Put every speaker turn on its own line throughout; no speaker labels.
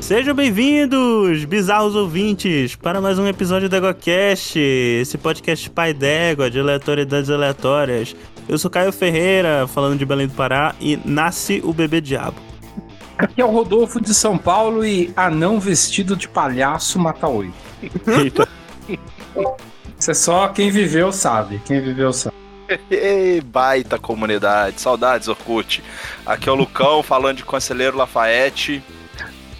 Sejam bem-vindos, bizarros ouvintes, para mais um episódio do EgoCast, esse podcast pai d'égua, de aleatoriedades aleatórias. Eu sou Caio Ferreira, falando de Belém do Pará, e nasce o bebê diabo.
Aqui é o Rodolfo de São Paulo e anão vestido de palhaço mata oito.
Eita.
Isso é só quem viveu sabe, quem viveu sabe.
Ei, baita comunidade, saudades Orkut. Aqui é o Lucão falando de Conselheiro Lafayette.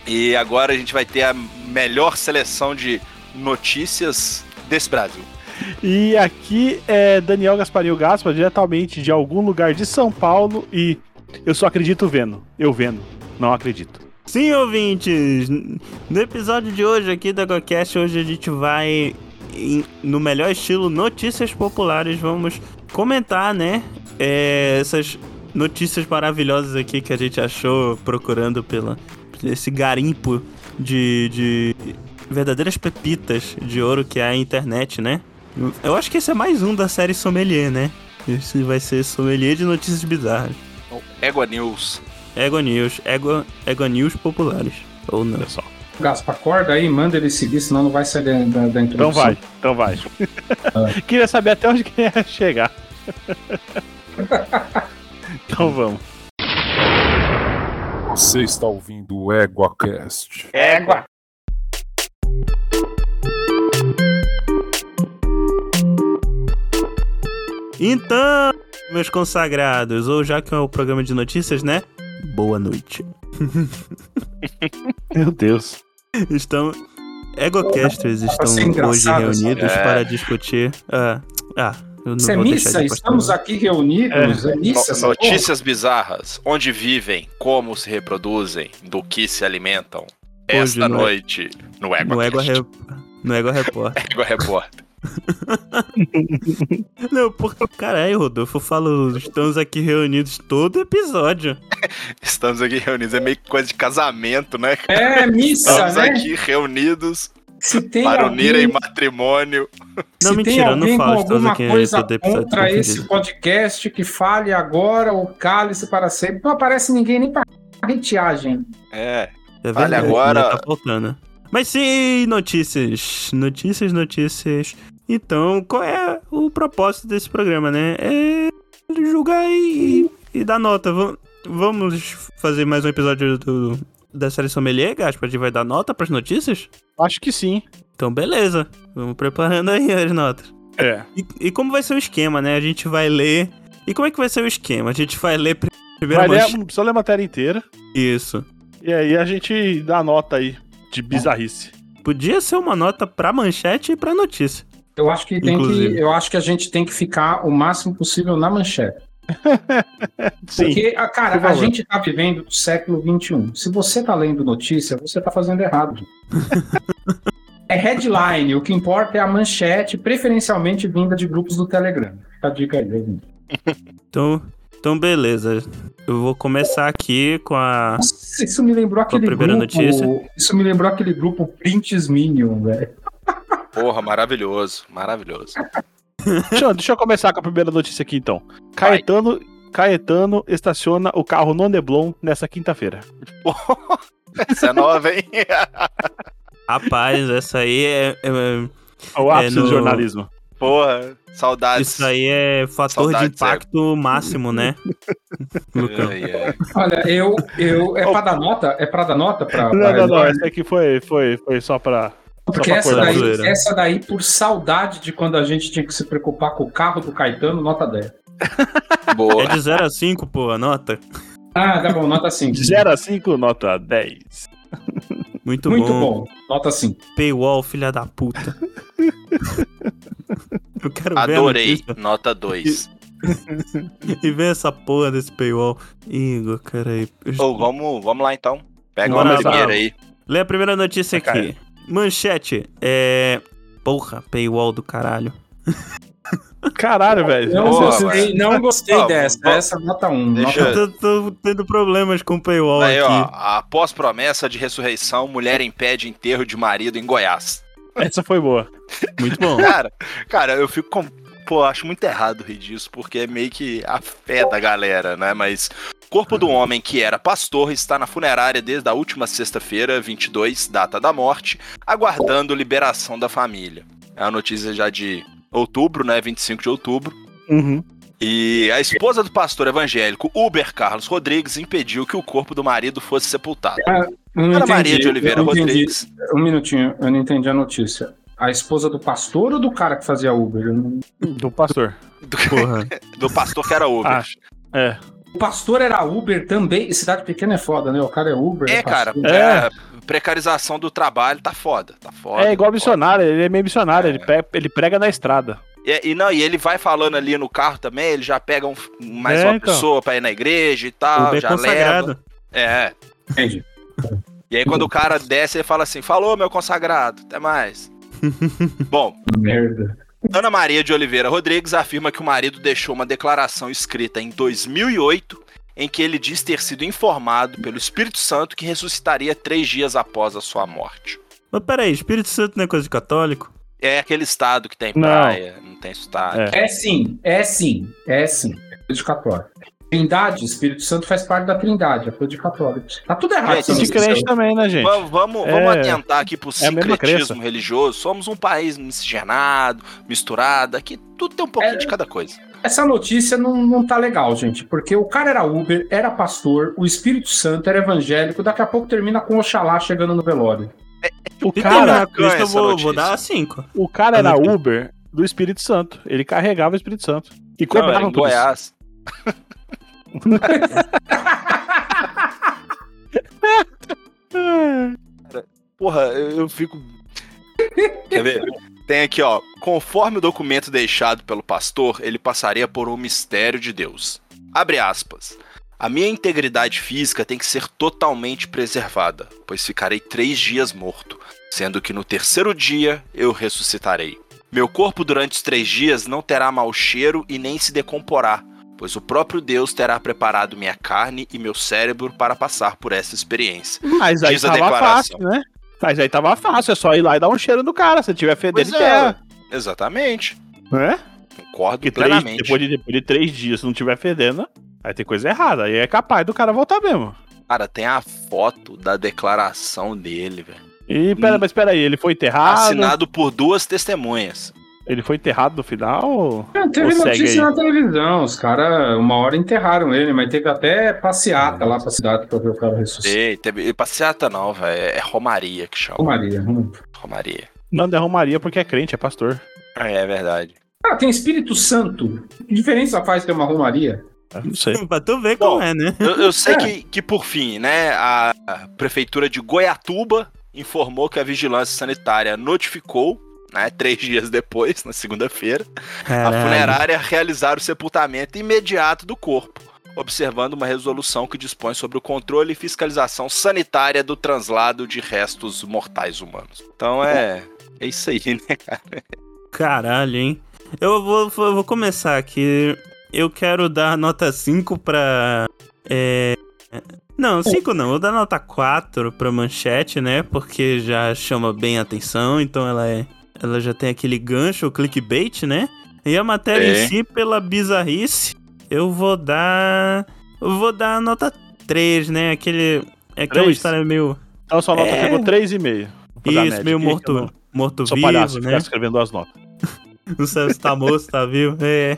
E agora a gente vai ter a melhor seleção de notícias desse Brasil.
E aqui é Daniel Gasparinho Gaspa, diretamente de algum lugar de São Paulo. E eu só acredito vendo. Eu vendo. Não acredito.
Sim, ouvintes! No episódio de hoje aqui da GoCast, hoje a gente vai, em- no melhor estilo, notícias populares. Vamos comentar, né? é, essas notícias maravilhosas aqui que a gente achou procurando pela esse garimpo de, de verdadeiras pepitas de ouro que é a internet, né? Eu acho que esse é mais um da série Sommelier, né? Esse vai ser Sommelier de Notícias Bizarras.
Então, Égua News.
Ego News, Ego, Ego News populares. Ou não.
Olha só.
Gaspa, acorda aí, manda ele seguir, senão não vai sair da, da, da introdução.
Então vai, então vai. Queria saber até onde que ia chegar. então vamos.
Você está ouvindo o EguaCast.
Égua!
Então, meus consagrados, ou já que é o programa de notícias, né? Boa noite.
Meu Deus.
Estamos. Egocasters estão
ser
hoje
Tá engraçado essa-
reunidos
É.
para discutir. Ah, ah eu não
Isso é
vou deixar
missa?
de
Estamos
postar.
aqui reunidos? É,
No-
missa? essa
notícias bizarras. Onde vivem, como se reproduzem, do que se alimentam.
Hoje
Esta
no-
noite no Égua
no Ego,
Cast.
Re... no Ego Repórter.
Égua Repórter.
não, porque. Caralho, Rodolfo, eu falo. Estamos aqui reunidos todo episódio.
Estamos aqui reunidos. É meio que coisa de casamento, né?
porra? É missa,
Estamos
né?
aqui reunidos
Se tem
para
alguém,
unir em matrimônio.
Não,
se tem
mentira, eu não
alguém com
falo de todos
alguma
aqui,
coisa
todo episódio
contra
confundido.
esse podcast que fale agora ou cale-se para sempre, não aparece ninguém nem para reteagem.
É.
É
Fale
verdade,
agora.
né? Tá faltando. Mas sim, notícias. Notícias, notícias. Então, qual é o propósito desse programa, né? É julgar e, e dar nota. Va- Vamos fazer mais um episódio do- da série Sommelier, Gaspar? A gente vai dar nota pras notícias?
Acho que sim.
Então, beleza. Vamos preparando aí as notas.
É.
E, e como vai ser o esquema, né? A gente vai ler... E como é que vai ser o esquema? A gente vai ler pri-
Vai
primeiro...
ler,
manche-
não precisa ler a matéria inteira.
Isso.
E aí a gente dá a nota aí de bizarrice.
Podia ser uma nota pra manchete e pra notícia.
Eu acho que tem que,
Inclusive.
eu acho que a gente tem que ficar o máximo possível na manchete.
Sim.
Porque, ah, cara,
Por
a
favor.
gente tá vivendo o século XXI. Se você tá lendo notícia, você tá fazendo errado. é headline, o que importa é a manchete, preferencialmente vinda de grupos do Telegram. Fica a dica aí, gente.
Então, então beleza. Eu vou começar aqui com a.
Nossa, Isso me
Foi
lembrou
a
aquele
primeira
grupo.
notícia.
Isso me lembrou aquele grupo Prints Minion, velho.
Porra, maravilhoso. Maravilhoso.
Deixa, eu- deixa eu começar com a primeira notícia aqui então. Caetano, Caetano estaciona o carro no Neblon nessa quinta-feira.
Essa é nova, hein?
Rapaz, essa aí é. é-
O ápice
no-
do jornalismo.
Porra, saudades.
isso aí é fator de
Saudades, É,
impacto máximo, né? Lucão.
Ai, ai.
Olha, eu, eu. É pra dar nota? É pra dar nota pra.
Não,
pra
não,
né?
não. Essa aqui foi, foi, foi só pra.
Porque
Só pra
essa
acordar
daí,
zoeira.
essa daí, por saudade de quando a gente tinha que se preocupar com o carro do Caetano, nota 10.
É
Boa.
de 0 a 5, pô, a nota.
Ah, tá bom, nota 5.
De 0 a 5, nota 10.
Muito,
Muito
bom.
bom. Nota 5.
Paywall, filha da puta. Eu quero
Adorei.
ver a
Nota 2.
notícia e ver essa porra desse paywall. Igor, peraí. Eu-
Ô, vamos, vamos lá então. Pega
Vamos
uma
lá,
primeira
vamos.
aí.
Lê a primeira notícia
Ah, cara.
aqui. Manchete. É. Porra, paywall do caralho.
Caralho, velho.
é
Não
Boa,
gostei, não gostei
Ó,
dessa.
ó,
Essa nota 1.
deixa
nota...
Eu tô, tô tendo problemas com o paywall
Aí, ó,
aqui.
após promessa de ressurreição, mulher impede enterro de marido em Goiás.
Essa foi boa.
Muito bom.
Cara, cara, eu fico com. Pô, acho muito errado rir disso, porque é meio que a fé da galera, né? Mas Corpo do homem que era pastor está na funerária desde a última sexta-feira, 22, data da morte, aguardando liberação da família. É a notícia já de outubro, né? 25 de outubro.
Uhum.
E a esposa do pastor evangélico, Uber Carlos Rodrigues, impediu que o corpo do marido fosse sepultado.
Eu não
Ana
entendi,
Maria de Oliveira
eu não entendi.
Rodrigues.
Um minutinho, eu não entendi a notícia. A esposa do pastor ou do cara que fazia Uber? Eu não-
Do pastor.
Porra.
Do pastor que era Uber.
Ah.
Acho. É.
O pastor era Uber também. Cidade pequena é foda, né? O cara é Uber.
é, cara,
pastor.
é, precarização do trabalho tá foda, tá foda.
é
tá
igual
foda.
missionário, ele é meio missionário, ele, pe- ele prega na estrada.
E, e não, e ele vai falando ali no carro também, ele já pega um- mais
É,
uma
então.
pessoa pra ir na igreja e
o
tal,
bem
Ah, já
consagrado.
leva. É.
Entendi.
E aí quando o cara desce, ele fala assim: "Falou, meu consagrado, até mais". Bom,
é Merda.
Ana Maria de Oliveira Rodrigues afirma que o marido deixou uma declaração escrita em 2008 em que ele diz ter sido informado pelo Espírito Santo que ressuscitaria três dias após a sua morte.
Mas peraí, Espírito Santo não é coisa de católico?
É aquele estado que tem
Não.
praia, não tem sotaque.
É.
É sim, é sim, é sim. É de católico. Trindade, Espírito Santo faz parte da Trindade, é coisa de católico. Tá tudo errado.
Gente,
essa
E de
Sim,
notícia.
crente também, né, gente?
Vamos, vamos,
É.
vamos atentar aqui pro
É a mesma crença.
sincretismo religioso. Somos um país miscigenado, misturado. Aqui tudo tem um pouquinho
É.
de cada coisa.
Essa notícia não, não tá legal, gente, porque o cara era Uber, era pastor, o Espírito Santo era evangélico, daqui a pouco termina com Oxalá chegando no velório.
O
Se
cara,
terminar com isso, eu
essa
vou,
notícia.
vou dar 5.
o cara
é
era Uber do Espírito Santo. Ele carregava o Espírito Santo. E
Não, era
cobrava
em
por isso.
Goiás. Porra, eu, eu fico. Quer ver? Tem aqui, ó. Conforme o documento deixado pelo pastor, ele passaria por um mistério de Deus. Abre aspas. A minha integridade física tem que ser totalmente preservada, pois ficarei três dias morto, sendo que no terceiro dia eu ressuscitarei. Meu corpo durante os três dias não terá mau cheiro e nem se decomporá, pois o próprio Deus terá preparado minha carne e meu cérebro para passar por essa experiência.
Mas aí
Diz a
tava
declaração.
fácil, né? Mas aí tava fácil, é só ir lá e dar um cheiro no cara. Se tiver fedendo,
Pois
ele
é,
quer.
Exatamente.
Né?
Concordo
Porque três,
plenamente.
depois, de, depois de três dias, se não tiver fedendo, aí tem coisa errada. Aí é capaz do cara voltar mesmo.
Cara, tem a foto da declaração dele, velho.
E pera,
Hum.
mas peraí, ele foi
Ah,
enterrado?
Assinado por duas testemunhas.
Ele foi enterrado no final?
Não, Ah, teve
Pô, segue
notícia
aí.
na televisão, os caras uma hora enterraram ele, mas teve até passeata lá pra cidade pra ver o cara ressuscitar.
Ei, teve... passeata não, velho. É Romaria que
Ô,
chama.
Maria, hum.
Romaria.
Não, não é Romaria porque é crente, é pastor.
É, é verdade.
Ah, tem Espírito Santo. Que diferença faz ter uma romaria?
Eu não sei.
pra tu ver
Bom,
como é, né?
Eu, eu sei
É.
que, que, por fim, né, a a prefeitura de Goiatuba informou que a vigilância sanitária notificou, né, três dias depois, na segunda-feira, a
Caralho.
funerária é realizar o sepultamento imediato do corpo, observando uma resolução que dispõe sobre o controle e fiscalização sanitária do translado de restos mortais humanos. Então é. É isso aí, né?
Caralho, hein? Eu vou, vou- vou começar aqui. Eu quero dar nota 5 pra. é, Não, 5 não, eu vou dar nota 4 pra manchete, né? Porque já chama bem a atenção, então ela é. Ela já tem aquele gancho, o clickbait, né? E a matéria
É.
em si, pela bizarrice, eu vou dar. Eu vou dar nota 3, né? Aquele. É aquela
Três?
história meio.
Então sua nota
É.
pegou 3,5. Vou dar
Isso,
média
meio
aqui, que eu não-
morto.
Sou
Morto-vivo,
palhaço,
né?
ficar escrevendo as notas.
Não sabe se tá moço, tá vivo. É.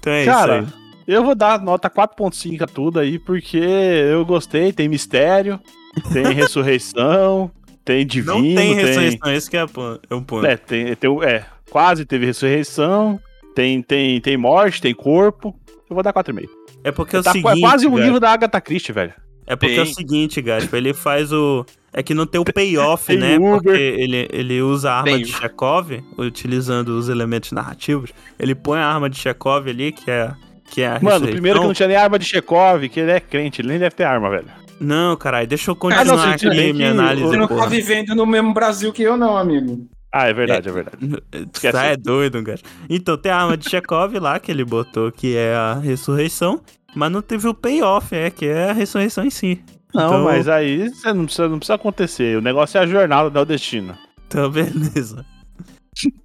Então é
Cara,
isso aí.
eu vou dar nota 4.5 a tudo aí, porque eu gostei, tem mistério, tem ressurreição, tem divino,
Não tem,
tem...
ressurreição, esse que é, a pon- é o ponto.
É, tem, tem o- é, quase teve ressurreição, tem, tem, tem morte, tem corpo. Eu vou dar 4,5.
É porque é o
Tá,
seguinte.
é quase um
Gaspa,
livro da Agatha Christie, velho.
É porque é o
Sim.
seguinte, Gaspa, ele faz o. É que não tem o payoff,
Tem
né?
Uber.
Porque ele, ele usa a arma
Tem
de
Uber.
Chekhov, utilizando os elementos narrativos. Ele põe a arma de Chekhov ali, que é. Que é a
Mano,
ressurreição.
primeiro que não tinha nem arma de Chekhov, que ele é crente, ele nem deve ter arma, velho.
Não, caralho, deixa eu
Ah,
continuar
não,
sim,
aqui
tudo bem
minha
que
análise.
Você não tá
porra.
vivendo no mesmo Brasil que eu, não, amigo.
Ah, é verdade, é, verdade.
Tá
Esquece.
é doido, cara. Então tem a arma de Chekhov lá que ele botou, que é a ressurreição, mas não teve o payoff, é, que é a ressurreição em si.
Não,
então-
mas aí você não precisa, não precisa acontecer. O negócio é a jornada, não é o destino.
Então, beleza.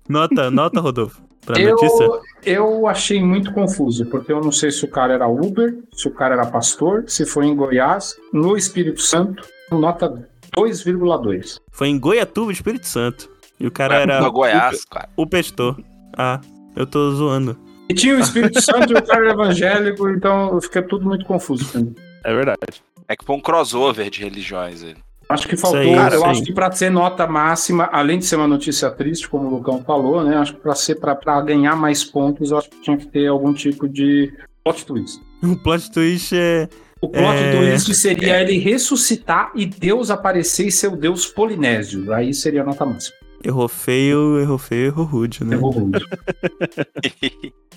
Nota, nota, Rodolfo. Pra
Eu,
notícia.
Eu achei muito confuso, porque eu não sei se o cara era Uber, se o cara era pastor, se foi em Goiás, no Espírito Santo, nota 2,2.
Foi em Goiatuba, Espírito Santo. E o cara era
No Goiás, cara.
o pestor. Ah, eu tô zoando.
E tinha o Espírito Santo e o cara era evangélico, então fica tudo muito confuso. pra mim.
É verdade.
É que foi um crossover de religiões. ele.
Acho que faltou,
Isso aí,
cara, eu
isso aí.
acho que pra ser nota máxima, além de ser uma notícia triste, como o Lucão falou, né? Acho que pra ser pra- pra ganhar mais pontos, eu acho que tinha que ter algum tipo de plot twist.
O plot twist é.
O plot
É.
twist seria ele ressuscitar e Deus aparecer e ser o Deus polinésio. Aí seria a nota máxima.
Errou feio, errou feio, errou rude, né?
Errou muito.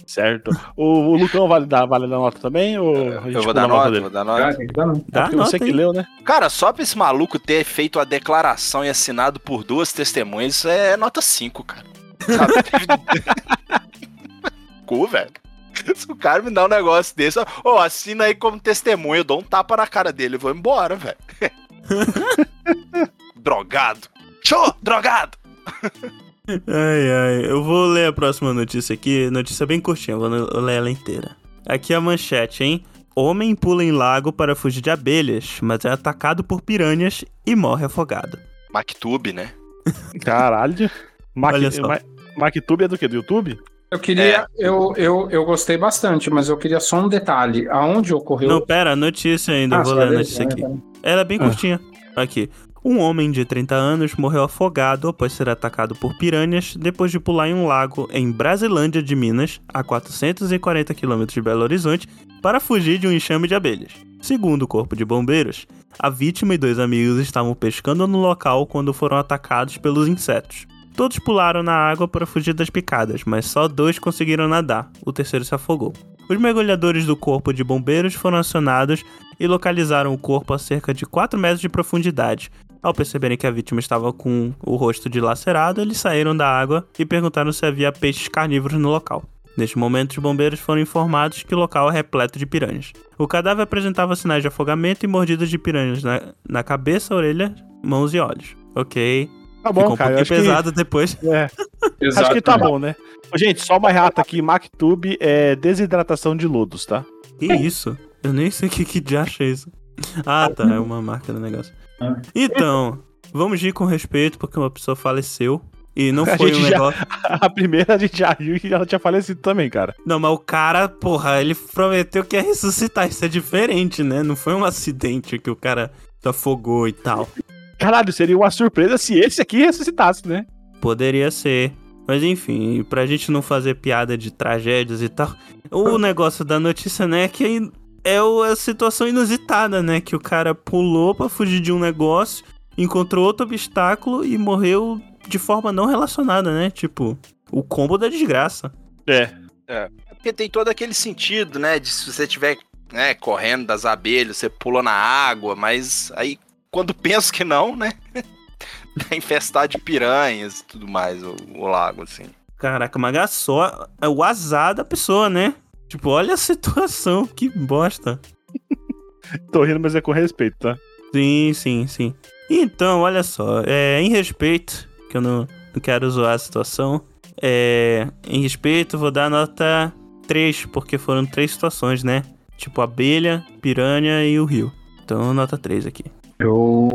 Certo. O, o Lucão vale dar, vale dar nota também? Ou a gente
Eu vou
pula
dar
a
nota, vou dar nota.
Ah, tem que dar, não.
Dá
Porque você
nota
que
aí.
leu, né?
Cara, só pra esse maluco ter feito a declaração e assinado por duas testemunhas, isso é nota 5, cara. Sabe? Cu, velho. Se o cara me dá um negócio desse, ó, "Ô, assina aí como testemunha, eu dou um tapa na cara dele e vou embora, velho. drogado. Tchô, drogado.
Ai, ai. Eu vou ler a próxima notícia aqui. Notícia bem curtinha, vou no- ler ela inteira. Aqui é a manchete, hein? Homem pula em lago para fugir de abelhas, mas é atacado por piranhas e morre afogado.
MacTube, né?
Caralho. Mac,
Olha só.
Ma- MacTube é do quê? Do YouTube?
Eu queria, eu, eu, eu gostei bastante, mas eu queria só um detalhe. Aonde ocorreu? Ah, tá
Não, pera, a notícia ainda, eu vou ler Ah, a notícia aqui.
né?
Ela é bem
Ah.
curtinha. Aqui. Um homem de 30 anos morreu afogado após ser atacado por piranhas depois de pular em um lago em Brasilândia de Minas, a 440 quilômetros de Belo Horizonte, para fugir de um enxame de abelhas. Segundo o corpo de bombeiros, a vítima e dois amigos estavam pescando no local quando foram atacados pelos insetos. Todos pularam na água para fugir das picadas, mas só dois conseguiram nadar. O terceiro se afogou. Os mergulhadores do corpo de bombeiros foram acionados e localizaram o corpo a cerca de 4 metros de profundidade. Ao perceberem que a vítima estava com o rosto dilacerado, eles saíram da água e perguntaram se havia peixes carnívoros no local. Neste momento, os bombeiros foram informados que o local é repleto de piranhas. O cadáver apresentava sinais de afogamento e mordidas de piranhas na, na cabeça, orelha, mãos e olhos. Ok.
Tá
Ficou
bom,
um
cara. eu
pouquinho
acho
pesado depois.
Que, é,
Exato.
acho que tá bom, né? Ô, Gente, só uma errata aqui. MacTube é desidratação de lodos, tá?
Que isso? Eu nem sei o que, que de acha isso. Ah, tá, é uma marca do negócio.
Ah.
Então, vamos ir com respeito, porque uma pessoa faleceu. E não
A
foi um
gente já-
negócio.
A primeira a gente já viu que ela tinha falecido também, cara.
Não, mas o cara, porra, ele prometeu que ia ressuscitar. Isso é diferente, né? Não foi um acidente que o cara se afogou e tal.
Caralho, seria uma surpresa se esse aqui ressuscitasse, né?
Poderia ser. Mas enfim, pra gente não fazer piada de tragédias e tal, o negócio da notícia, né, é que é o- a situação inusitada, né? Que o cara pulou pra fugir de um negócio, encontrou outro obstáculo e morreu de forma não relacionada, né? Tipo, o combo da desgraça.
É.
Porque tem todo aquele sentido, né? De se você estiver né, correndo das abelhas, você pula na água, mas aí quando penso que não, né? Tá infestado de piranhas e tudo mais, o, o lago, assim.
Caraca, mas olha só é o azar da pessoa, né? Tipo, olha a situação, que bosta.
Tô rindo, mas é com respeito, tá?
Sim, sim, sim. Então, olha só, é, em respeito, que eu não, não quero zoar a situação, é, em respeito, vou dar nota 3, porque foram três situações, né? Tipo abelha, piranha e o rio. Então, nota 3 aqui.
Eu,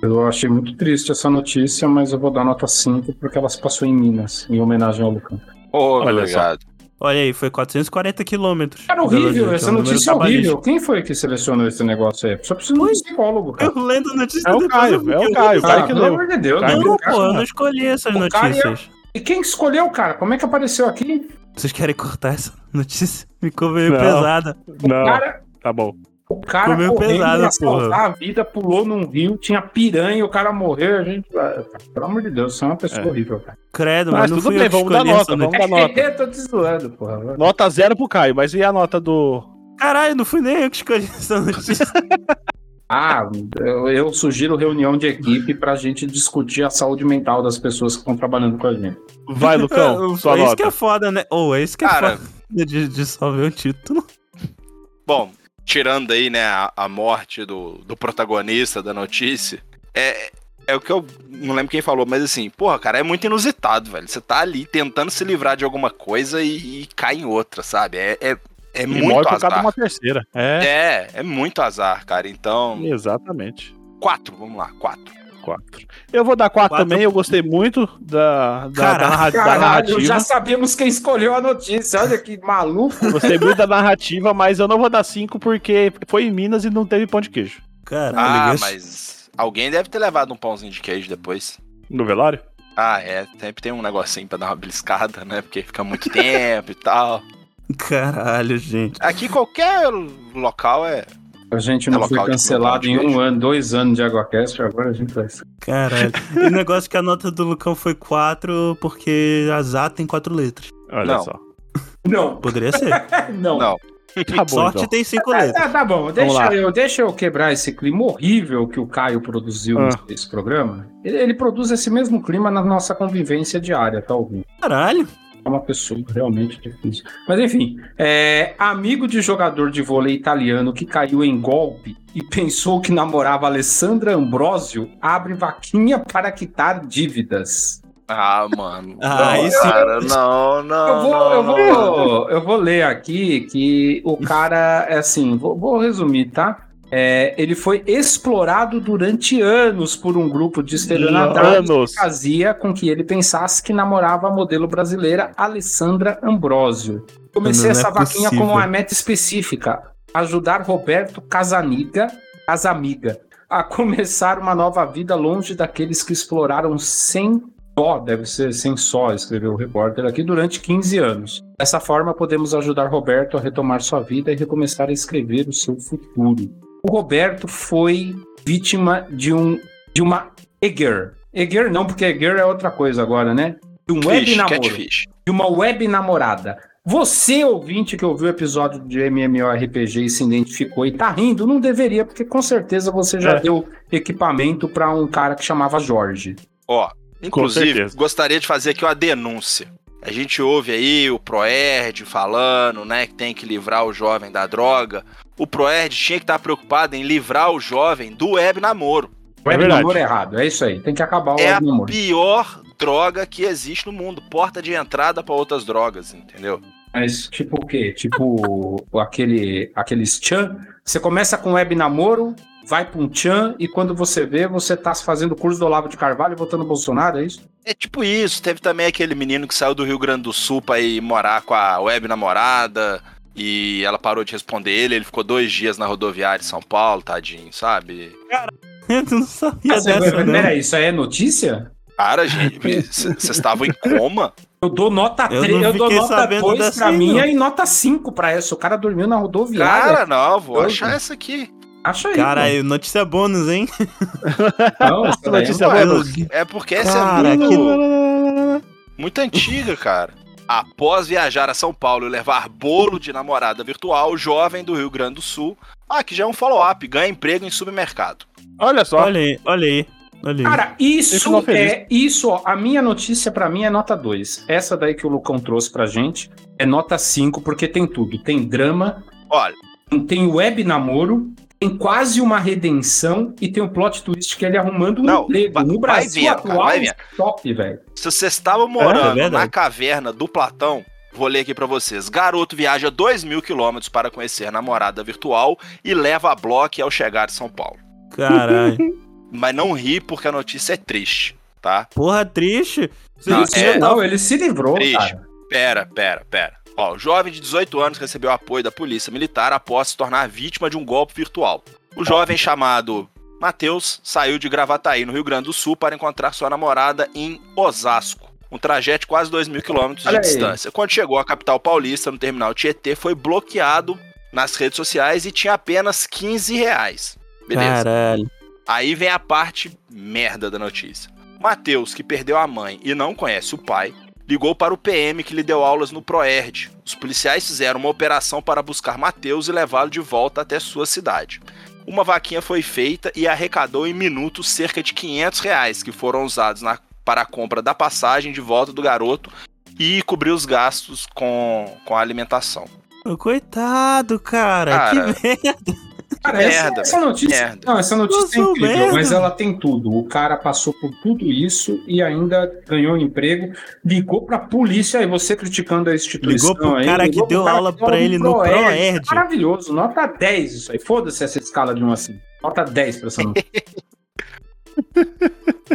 eu achei muito triste essa notícia, mas eu vou dar nota 5 porque ela se passou em Minas, em homenagem ao Lucão.
Oh,
Olha
obrigado.
Olha aí, foi 440 quilômetros.
Cara,
Belo
horrível,
Horizonte, é
essa
um número
notícia é horrível.
cabalístico.
Quem foi que selecionou esse negócio aí? Só precisa de um psicólogo, cara.
Eu lendo a notícia
É o
depois eu vi
Caio, é
que
o
eu-
Caio, o
Ah,
Caio que
pelo
leu.
amor de Deus,
Caio
né?
Não,
Cara,
pô, eu não escolhi essas
O cara é-
notícias.
E quem escolheu, cara? Como é que apareceu aqui?
Vocês querem cortar essa notícia? Ficou meio
Não.
pesada.
Não,
Cara,
tá bom.
o cara
Comeu
correndo
pesado,
pra assaltar
porra.
a vida, pulou num rio, tinha piranha, o cara morreu, a gente... Ah, Pelo amor de Deus, você é uma pessoa
É.
horrível, cara. É,
Credo,
Mas
mas, não
tudo
fui
bem,
eu que
vamos dar
escolhi
nota,
essa notícia.
vamos dar nota.
tô te zoando, porra.
Nota zero pro Caio, mas e a nota do.
Caralho, não fui nem eu que escolhi essa notícia.
Ah, eu, eu sugiro reunião de equipe pra gente discutir a saúde mental das pessoas que estão trabalhando com a gente.
Vai, Lucão, sua
é isso que
nota.
é foda, né? Ou é isso que é
Cara,
foda de, de só ver o título.
Bom, tirando aí, né, a, a morte do, do protagonista da notícia, é, é o que eu não lembro quem falou, mas assim, porra, cara, é muito inusitado, velho. Você tá ali tentando se livrar de alguma coisa e, e cai em outra, sabe? É, é, é
E
muito
morre por causa de
azar.
uma terceira. É,
É, é muito azar, cara. Então,
exatamente.
quatro, vamos lá, quatro.
Quatro. Eu vou dar quatro,
Quatro.
também, eu gostei muito da, da, da,
Caralho,
narra- da
Caralho,
narrativa.
já sabemos quem escolheu a notícia. Olha que maluco.
Gostei muito da narrativa, mas eu não vou dar cinco porque foi em Minas e não teve pão de queijo.
Caralho,
Ah,
isso-
mas alguém deve ter levado um pãozinho de queijo depois.
No velório?
Ah, é, sempre tem um negocinho pra dar uma beliscada, né? Porque fica muito tempo e tal.
Caralho, gente.
Aqui qualquer local é.
A gente
É
não
local
foi
de
cancelado em um
local de beijo.
ano, dois anos de AguaCast, agora a gente vai.
Caralho. e o negócio é que a nota do Lucão foi 4, porque azar tem 4 letras.
Olha
Não.
só.
Não,
Poderia ser.
não.
Não.
Tá bom,
Sorte
então.
tem 5
Ah,
letras.
tá, tá bom,
lá.
deixa eu, deixa eu quebrar esse clima horrível que o Caio produziu
Ah.
nesse programa. Ele, ele produz esse mesmo clima na nossa convivência diária, tá ouvindo?
Caralho.
É uma pessoa realmente difícil. Mas enfim, é, amigo de jogador de vôlei italiano que caiu em golpe e pensou que namorava Alessandra Ambrosio abre vaquinha para quitar dívidas.
Ah, mano.
Ah,
não,
aí sim.
Cara, não, não.
Eu vou,
não,
eu,
não,
vou, eu vou ler aqui que o cara, é assim, vou, vou resumir, tá? É, ele foi explorado durante anos por um grupo de estelionatários
Anos.
que fazia com que ele pensasse que namorava a modelo brasileira Alessandra Ambrosio. Comecei
Não, não é
essa vaquinha
possível.
como uma meta específica: ajudar Roberto Casaniga, Casamiga, a começar uma nova vida longe daqueles que exploraram sem só, deve ser sem só, escreveu o repórter aqui, durante 15 anos. Dessa forma, podemos ajudar Roberto a retomar sua vida e recomeçar a escrever o seu futuro. O Roberto foi vítima de um de uma Eger. Eger não, porque Eger é outra coisa agora, né? De um web
Catfish,
namoro
catfish.
de uma web namorada. Você, ouvinte que ouviu o episódio de MMORPG e se identificou e tá rindo, não deveria, porque com certeza você já
É.
deu equipamento pra um cara que chamava Jorge.
Ó, inclusive,
certeza.
gostaria de fazer aqui uma denúncia. A gente ouve aí o Proerd falando, né, que tem que livrar o jovem da droga. O Proerd tinha que estar preocupado em livrar o jovem do web namoro.
É
Web
verdade.
namoro errado, é isso aí. Tem que acabar o
É a
web namoro.
pior droga que existe no mundo, porta de entrada pra outras drogas, entendeu?
Mas tipo o quê? Tipo aquele, aqueles tchan. Você começa com web namoro, vai pra um tchan e quando você vê, você tá fazendo curso do Olavo de Carvalho e votando Bolsonaro, é isso?
É tipo isso, teve também aquele menino que saiu do Rio Grande do Sul pra ir morar com a web namorada e ela parou de responder ele, ele ficou dois dias na rodoviária de São Paulo, tadinho, sabe?
Eu não sabia
Ah, você-
é dessa, né? não.
Peraí, isso aí é notícia?
Cara, gente, vocês estavam em coma?
Eu dou nota
Eu
3, eu,
não
dou
fiquei
nota
sabendo
2
dessa
pra
aí,
minha
não.
e nota 5 pra essa. O cara dormiu na rodoviária.
Cara, não, vou
Doido.
achar essa aqui.
Acha aí.
Caralho, notícia bônus, hein?
mano. Não, essa daí
Essa
um-
notícia
não
é
é
boa.
É porque essa
Cara,
é
que-
muito, muito antiga, cara. Após viajar a São Paulo e levar bolo de namorada virtual, o jovem do Rio Grande do Sul. Ah, que já é um follow-up, ganha emprego em supermercado.
Olha só.
Olha aí, olha aí. Olha aí.
não- Cara,
Esse
isso
não feliz.
é isso, ó. A minha notícia pra mim é nota 2. Essa daí que o Lucão trouxe pra gente é nota 5, porque tem tudo. Tem drama,
Olha,
tem web namoro, tem quase uma redenção e tem o plot twist que ele arrumando um
Não,
emprego.
vai-
no
vai
Brasil
vendo, cara,
atual,
vai vendo.
top, velho.
se você estava
É
morando
verdade.
na caverna do Platão, vou ler aqui pra vocês. Garoto viaja 2 mil quilômetros para conhecer namorada virtual e leva a bloco ao chegar em São Paulo.
Caralho.
Mas não ri porque a notícia é triste, tá?
Porra, triste. Você
Não,
você
é-
já tá-
Não, ele se livrou,
Triste.
cara.
Pera, pera, pera. Ó, o jovem de 18 anos recebeu apoio da polícia militar após se tornar vítima de um golpe virtual. O jovem chamado Matheus saiu de Gravataí, no Rio Grande do Sul, para encontrar sua namorada em Osasco. Um trajeto de quase 2 mil quilômetros de
Olha aí.
distância. Quando chegou à capital paulista, no terminal Tietê, foi bloqueado nas redes sociais e tinha apenas 15 reais. Beleza.
Caralho.
Aí vem a parte merda da notícia. Matheus, que perdeu a mãe e não conhece o pai, ligou para o PM que lhe deu aulas no Proerd. Os policiais fizeram uma operação para buscar Matheus e levá-lo de volta até sua cidade. Uma vaquinha foi feita e arrecadou em minutos cerca de 500 reais, que foram usados na- para a compra da passagem de volta do garoto e cobrir os gastos com, com a alimentação.
Coitado, cara.
Cara,
que merda.
Cara, essa,
merda,
essa notícia,
merda.
Não, essa notícia é
Nossa,
incrível,
merda.
mas ela tem tudo. O cara passou por tudo isso e ainda ganhou um emprego, ligou pra polícia e você criticando a instituição.
Ligou pro
aí,
cara
ligou
que deu
pro cara
aula
que deu
pra
aula
ele
no
no
Proerd.
Proerd.
Maravilhoso, nota 10 isso aí. Foda-se essa escala de 1 a 5. Nota 10 pra essa notícia.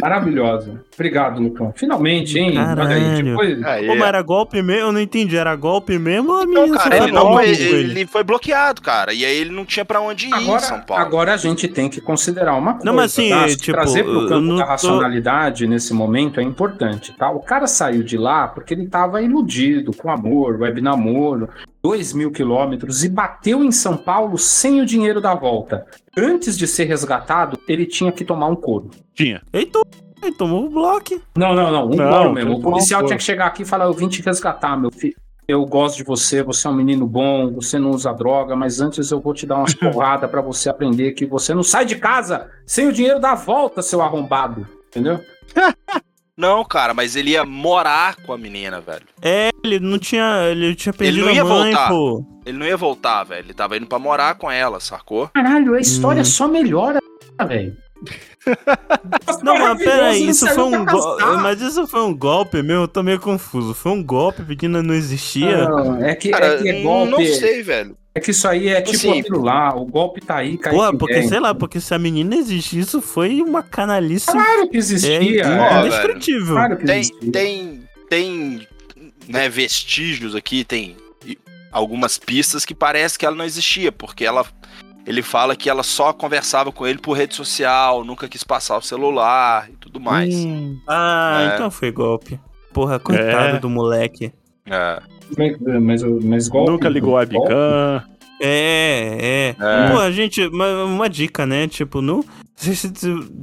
Maravilhosa. Obrigado, Lucão. Finalmente, hein? Olha aí,
Caralho.
depois-
Aí,
Como
É.
era golpe mesmo? Eu não entendi. Era golpe mesmo ou a
Então,
Não,
menina
cara,
só
ele,
falou
não
mal
foi,
com ele?
ele foi bloqueado, cara. E aí ele não tinha pra onde ir em É São
Agora,
Paulo.
agora a gente tem que considerar uma coisa.
Não, mas assim,
tá?
tipo,
trazer pro
eu
campo
não
da
tô-
racionalidade nesse momento é importante, tá? O cara saiu de lá porque ele tava iludido com amor, web namoro, dois mil quilômetros e bateu em São Paulo sem o dinheiro da volta. Antes de ser resgatado, ele tinha que tomar um couro.
Tinha.
Ele tomou, ele tomou o bloco.
Não, não, não, um
Não,
couro mesmo. O
tem que tomar um
policial
couro.
tinha que chegar aqui e falar: Eu vim te resgatar, meu filho. Eu gosto de você, você é um menino bom, você não usa droga, mas antes eu vou te dar umas porradas pra você aprender que você não sai de casa sem o dinheiro da volta, seu arrombado. Entendeu?
Não, cara, mas ele ia morar com a menina, velho.
Ele não tinha. Ele tinha perdido
não ia
a mãe,
voltar.
pô.
Ele não ia voltar, velho. Ele tava indo pra morar com ela, sacou?
Caralho, a história
Hum.
só melhora, velho.
Não, mas peraí,
Maravilhoso,
isso
ele
foi
saiu
um
pra
golpe.
casar.
Mas isso foi um golpe mesmo, eu tô meio confuso. Foi um golpe, a menina não existia.
Não, é que,
Cara, hum,
é que é
não,
golpe.
sei, velho.
É que isso aí é tipo
Assim,
aquilo lá, o golpe tá aí, cai
Porra,
quem
porque,
quer.
sei lá, porque se a menina existe, isso foi uma canalice
Claro que existia.
Ó,
é,
é,
velho.
indestrutível.
claro que
Tem,
existia.
tem, tem, né, vestígios aqui, tem e- algumas pistas que parece que ela não existia, porque ela, ele fala que ela só conversava com ele por rede social, nunca quis passar o celular e tudo mais.
Hum,
Ah,
É.
então foi golpe. Porra, coitado
É.
do moleque.
É.
Mas, mas, mas golpe-
nunca ligou a
golpe?
bican.
É, é.
É.
Pô, gente, uma, uma dica, né? Tipo, não. Vocês,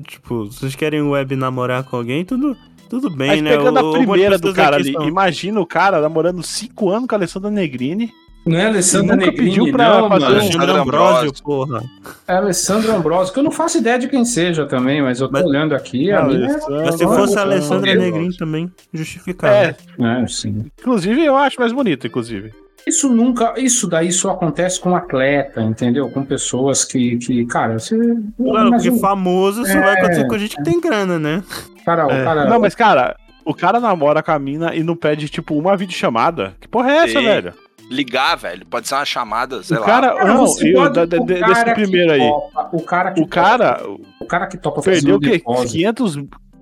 tipo, vocês querem web namorar com alguém, tudo, tudo bem,
Mas
né?
pegando
O-
a
algumas
primeira do
pessoas
cara
aqui um
ali,
são-
imagina o cara namorando 5 anos com a Alessandra Negrini.
Não é Alessandra
Nunca
Negrini,
pediu pra
não,
fazer
mano.
um-
Alexandre
Alexandre
Ambrosio,
Ambrosio.
porra.
É Alessandra Ambrosio, que eu não faço ideia de quem seja também, mas eu tô
Mas-
olhando aqui. a é mina
Mas se
Não,
fosse
não,
a Alessandra
não.
Negrin também, Tipo, justificado.
É,
é, é, sim.
inclusive eu acho mais bonito, inclusive.
Isso nunca, isso daí só acontece com atleta, entendeu? Com pessoas que, que cara, você.
Claro,
imagina,
porque famoso só vai acontecer com a gente que tem grana, né?
cara, o
É.
cara-
Não, mas cara, o cara namora com a mina e não pede, tipo, uma videochamada. Que porra é essa,
Sim.
velho?
Ligar, velho, pode ser uma chamada, sei
o
lá.
cara.
Cara,
não,
você
eu-
pode-
da- da-
o
de-
cara
desse
que
primeiro aí.
topa, o cara que
O cara
topa, o cara que topa fazer
perdeu
um
o quê?
depósito,
500,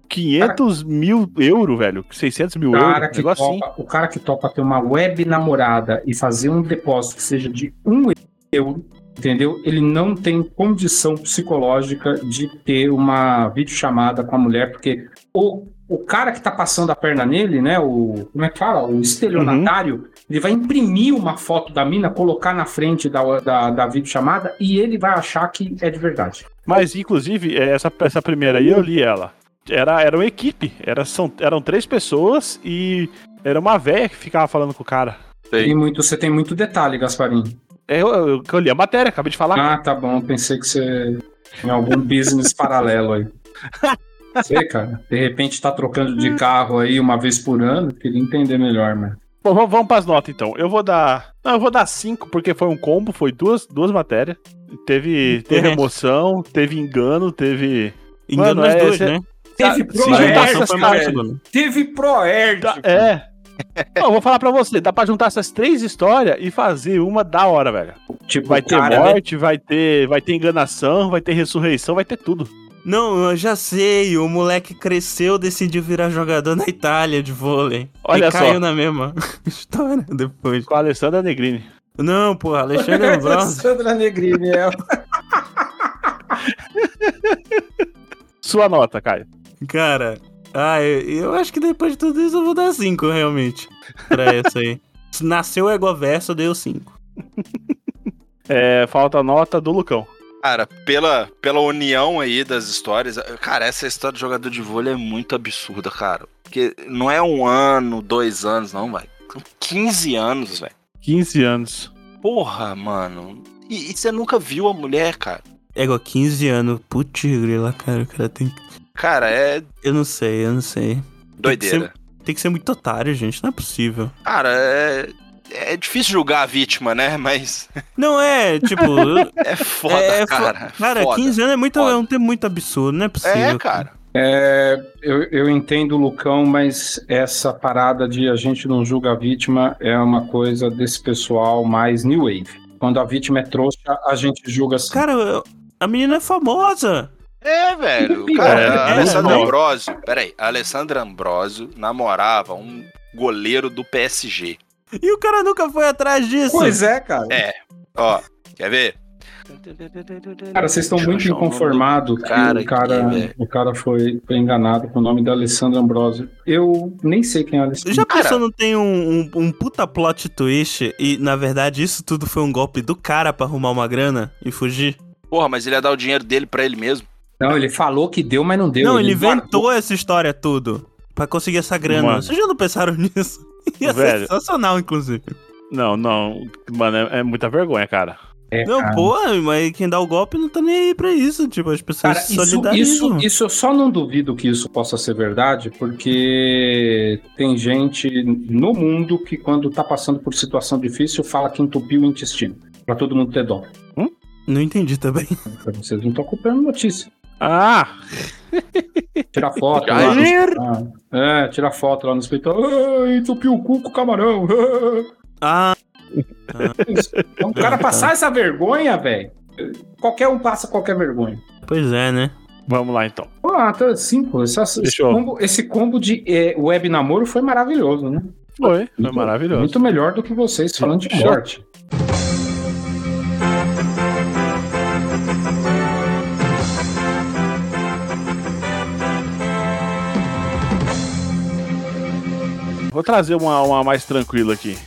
500 mil euros, velho? 600 mil
o
euros?
cara
Um
que
negócio assim.
topa, o cara que topa ter uma web namorada e fazer um depósito que seja de um euro, entendeu? Ele não tem condição psicológica de ter uma videochamada com a mulher, porque o, o cara que tá passando a perna nele, né? O, como é que fala? O estelionatário,
Uhum.
ele vai imprimir uma foto da mina, colocar na frente da, da, da videochamada e ele vai achar que é de verdade.
Mas, inclusive, é, essa, essa primeira aí eu li ela. Era, era uma equipe. Era, são, eram três pessoas e era uma velha que ficava falando com o cara.
Sim.
E muito, você tem muito detalhe, Gasparim.
É, eu, eu, que eu li a matéria, acabei de falar.
Ah, tá bom. Pensei que você tinha algum business paralelo aí. Sei, cara. De repente tá trocando de carro aí uma vez por ano. Queria entender melhor, mas.
Bom, vamos, vamos pras notas então. Eu vou dar. Não, eu vou dar cinco, porque foi um combo, foi duas, duas matérias. Teve, teve
É.
emoção, teve engano, teve.
Engana
Mano,
as
é,
duas,
cê-
né?
Teve
Se Não,
a
juntar
juntação
essas
foi né?
Proerd,
mais
cara.
segunda.
Teve Proerd.
Dá- é. Não, eu vou falar pra você, dá pra juntar essas três histórias e fazer uma da hora, velho.
Tipo,
Vai ter
cara,
morte, vai ter, vai ter enganação, vai ter ressurreição, vai ter tudo.
Não, eu já sei. O moleque cresceu, decidiu virar jogador na Itália de vôlei.
Olha
e
só.
caiu na mesma história depois.
Com a Alessandra Negrini.
Não, porra, Alexandre Ambrosio.
Sandra Negrini é.
Sua nota, Caio.
Cara, ah, eu, eu acho que depois de tudo isso eu vou dar 5, realmente. Pra essa aí. Se Nasceu o Egoverso, deu 5.
É, falta a nota do Lucão.
Cara, pela, pela união aí das histórias, cara, essa história de jogador de vôlei é muito absurda, cara. Porque não é um ano, dois anos, não, velho. São 15 anos, velho.
15 anos.
Porra, mano. E, e você nunca viu a mulher, cara?
Ego, 15 anos. Putz, grila, cara, o cara tem.
Cara, é
Eu não sei, eu não sei.
doideira.
Tem que ser muito otário, gente, não é possível.
Cara, é. É difícil julgar a vítima, né? Mas
Não é, tipo. eu-
é foda,
é, fo-
cara. é
Cara,
foda.
15 anos é muito,
foda.
é um tempo muito absurdo, não é possível.
É, cara.
Eu, eu entendo o Lucão, mas essa parada de a gente não julga a vítima é uma coisa desse pessoal mais New Wave. Quando a vítima é trouxa, a gente julga assim.
Cara, eu- a menina é famosa.
É, velho.
Pior,
Cara,
é,
a
é,
Alessandra
não.
Ambrosio. Peraí, a Alessandra Ambrosio namorava um goleiro do PSG.
E o cara nunca foi atrás disso.
Pois é, cara.
Ó, quer ver?
Cara, vocês estão
Deixa eu
muito
achar o nome
inconformados
do
que
cara
o cara,
aqui, velho.
o cara foi, foi enganado com o nome da Alessandra Ambrosio. Eu nem sei quem é a Alessandra.
Já
Cara-
pensou não tem um, um, um puta plot twist e, na verdade, isso tudo foi um golpe do cara pra arrumar uma grana e fugir?
Porra, mas ele ia dar o dinheiro dele pra ele mesmo.
Não, ele falou que deu, mas não deu.
não, ele inventou
guardou.
essa história tudo pra conseguir essa grana.
Mano.
Vocês já não pensaram nisso? Ia ser
Velho.
sensacional, inclusive.
Não, não. Mano, é, é muita vergonha, cara.
É,
Não,
cara.
pô, mas quem dá o golpe não tá nem aí pra isso. Tipo, as pessoas
Cara,
se
isso,
solidarizam.
isso, isso eu só não duvido que isso possa ser verdade, porque tem gente no mundo que, quando tá passando por situação difícil, fala que entupiu o intestino. Pra todo mundo ter dó.
Não entendi também.
Pra vocês não estão comprando notícia.
Ah!
Tirar foto. lá no
Jair!
hospital. É, tirar foto lá no hospital. Ah, entupiu o cu com o camarão.
Ah,
Então, o cara passar essa vergonha, velho. Qualquer um passa qualquer vergonha.
pois é, né?
Vamos lá então.
Ah, tá cinco. Essa- esse,
Fechou.
combo, esse combo de eh, web namoro foi maravilhoso, né?
Foi, foi
Muito-
maravilhoso.
Muito melhor do que vocês falando de
Fechou.
morte.
Vou trazer uma, uma mais tranquila aqui.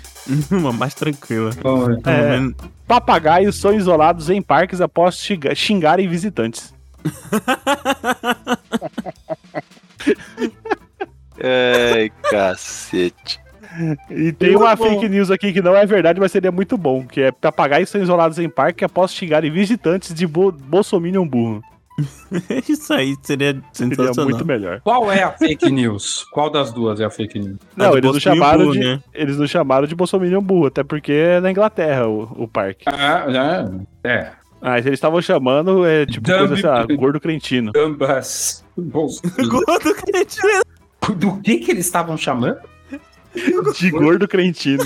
Uma mais tranquila.
Bom, é.
Pelo menos.
Papagaios são isolados em parques após xinga- xingarem visitantes.
Ai, cacete.
E tem
Muito
uma
bom.
fake news aqui que não é verdade, mas seria muito bom, que é papagaios são isolados em parque após xingarem visitantes de bo Bolsominion burro.
Isso aí seria
Seria
sensacional.
muito melhor.
Qual é a fake news? Qual das duas é a fake news?
A
Não,
do
eles não,
Bolsonaro
chamaram
burro,
de,
né?
eles não chamaram de Bolsominion burro, até porque é na Inglaterra o, o parque.
Ah, é. é.
Mas eles estavam chamando, é, tipo,
Dumb-
coisa, sei lá, gordo crentino.
Ambas. Bom,
Gordo cretino.
Do que que eles estavam chamando?
De gordo crentino.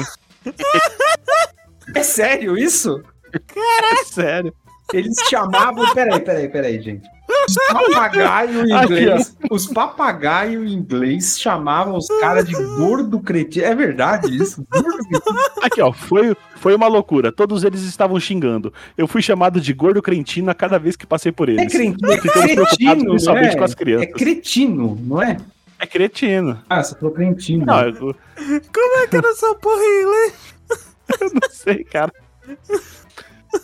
É sério isso?
É sério.
Eles chamavam. Peraí, peraí, peraí, gente. Os papagaio em
Aqui,
inglês. os papagaio em inglês chamavam os caras de gordo cretino. É verdade isso? Gordo cretino.
Aqui, ó, foi, foi uma loucura. Todos eles estavam xingando. Eu fui chamado de gordo crentino a cada vez que passei por
É
eles.
cretino, é
Ficamos preocupados
cretino, não
principalmente com as
é? É
crianças.
cretino, não é?
É cretino.
Ah, você falou cretino.
Não, eu,
Como é que era essa porra em inglês?
eu não sei, cara.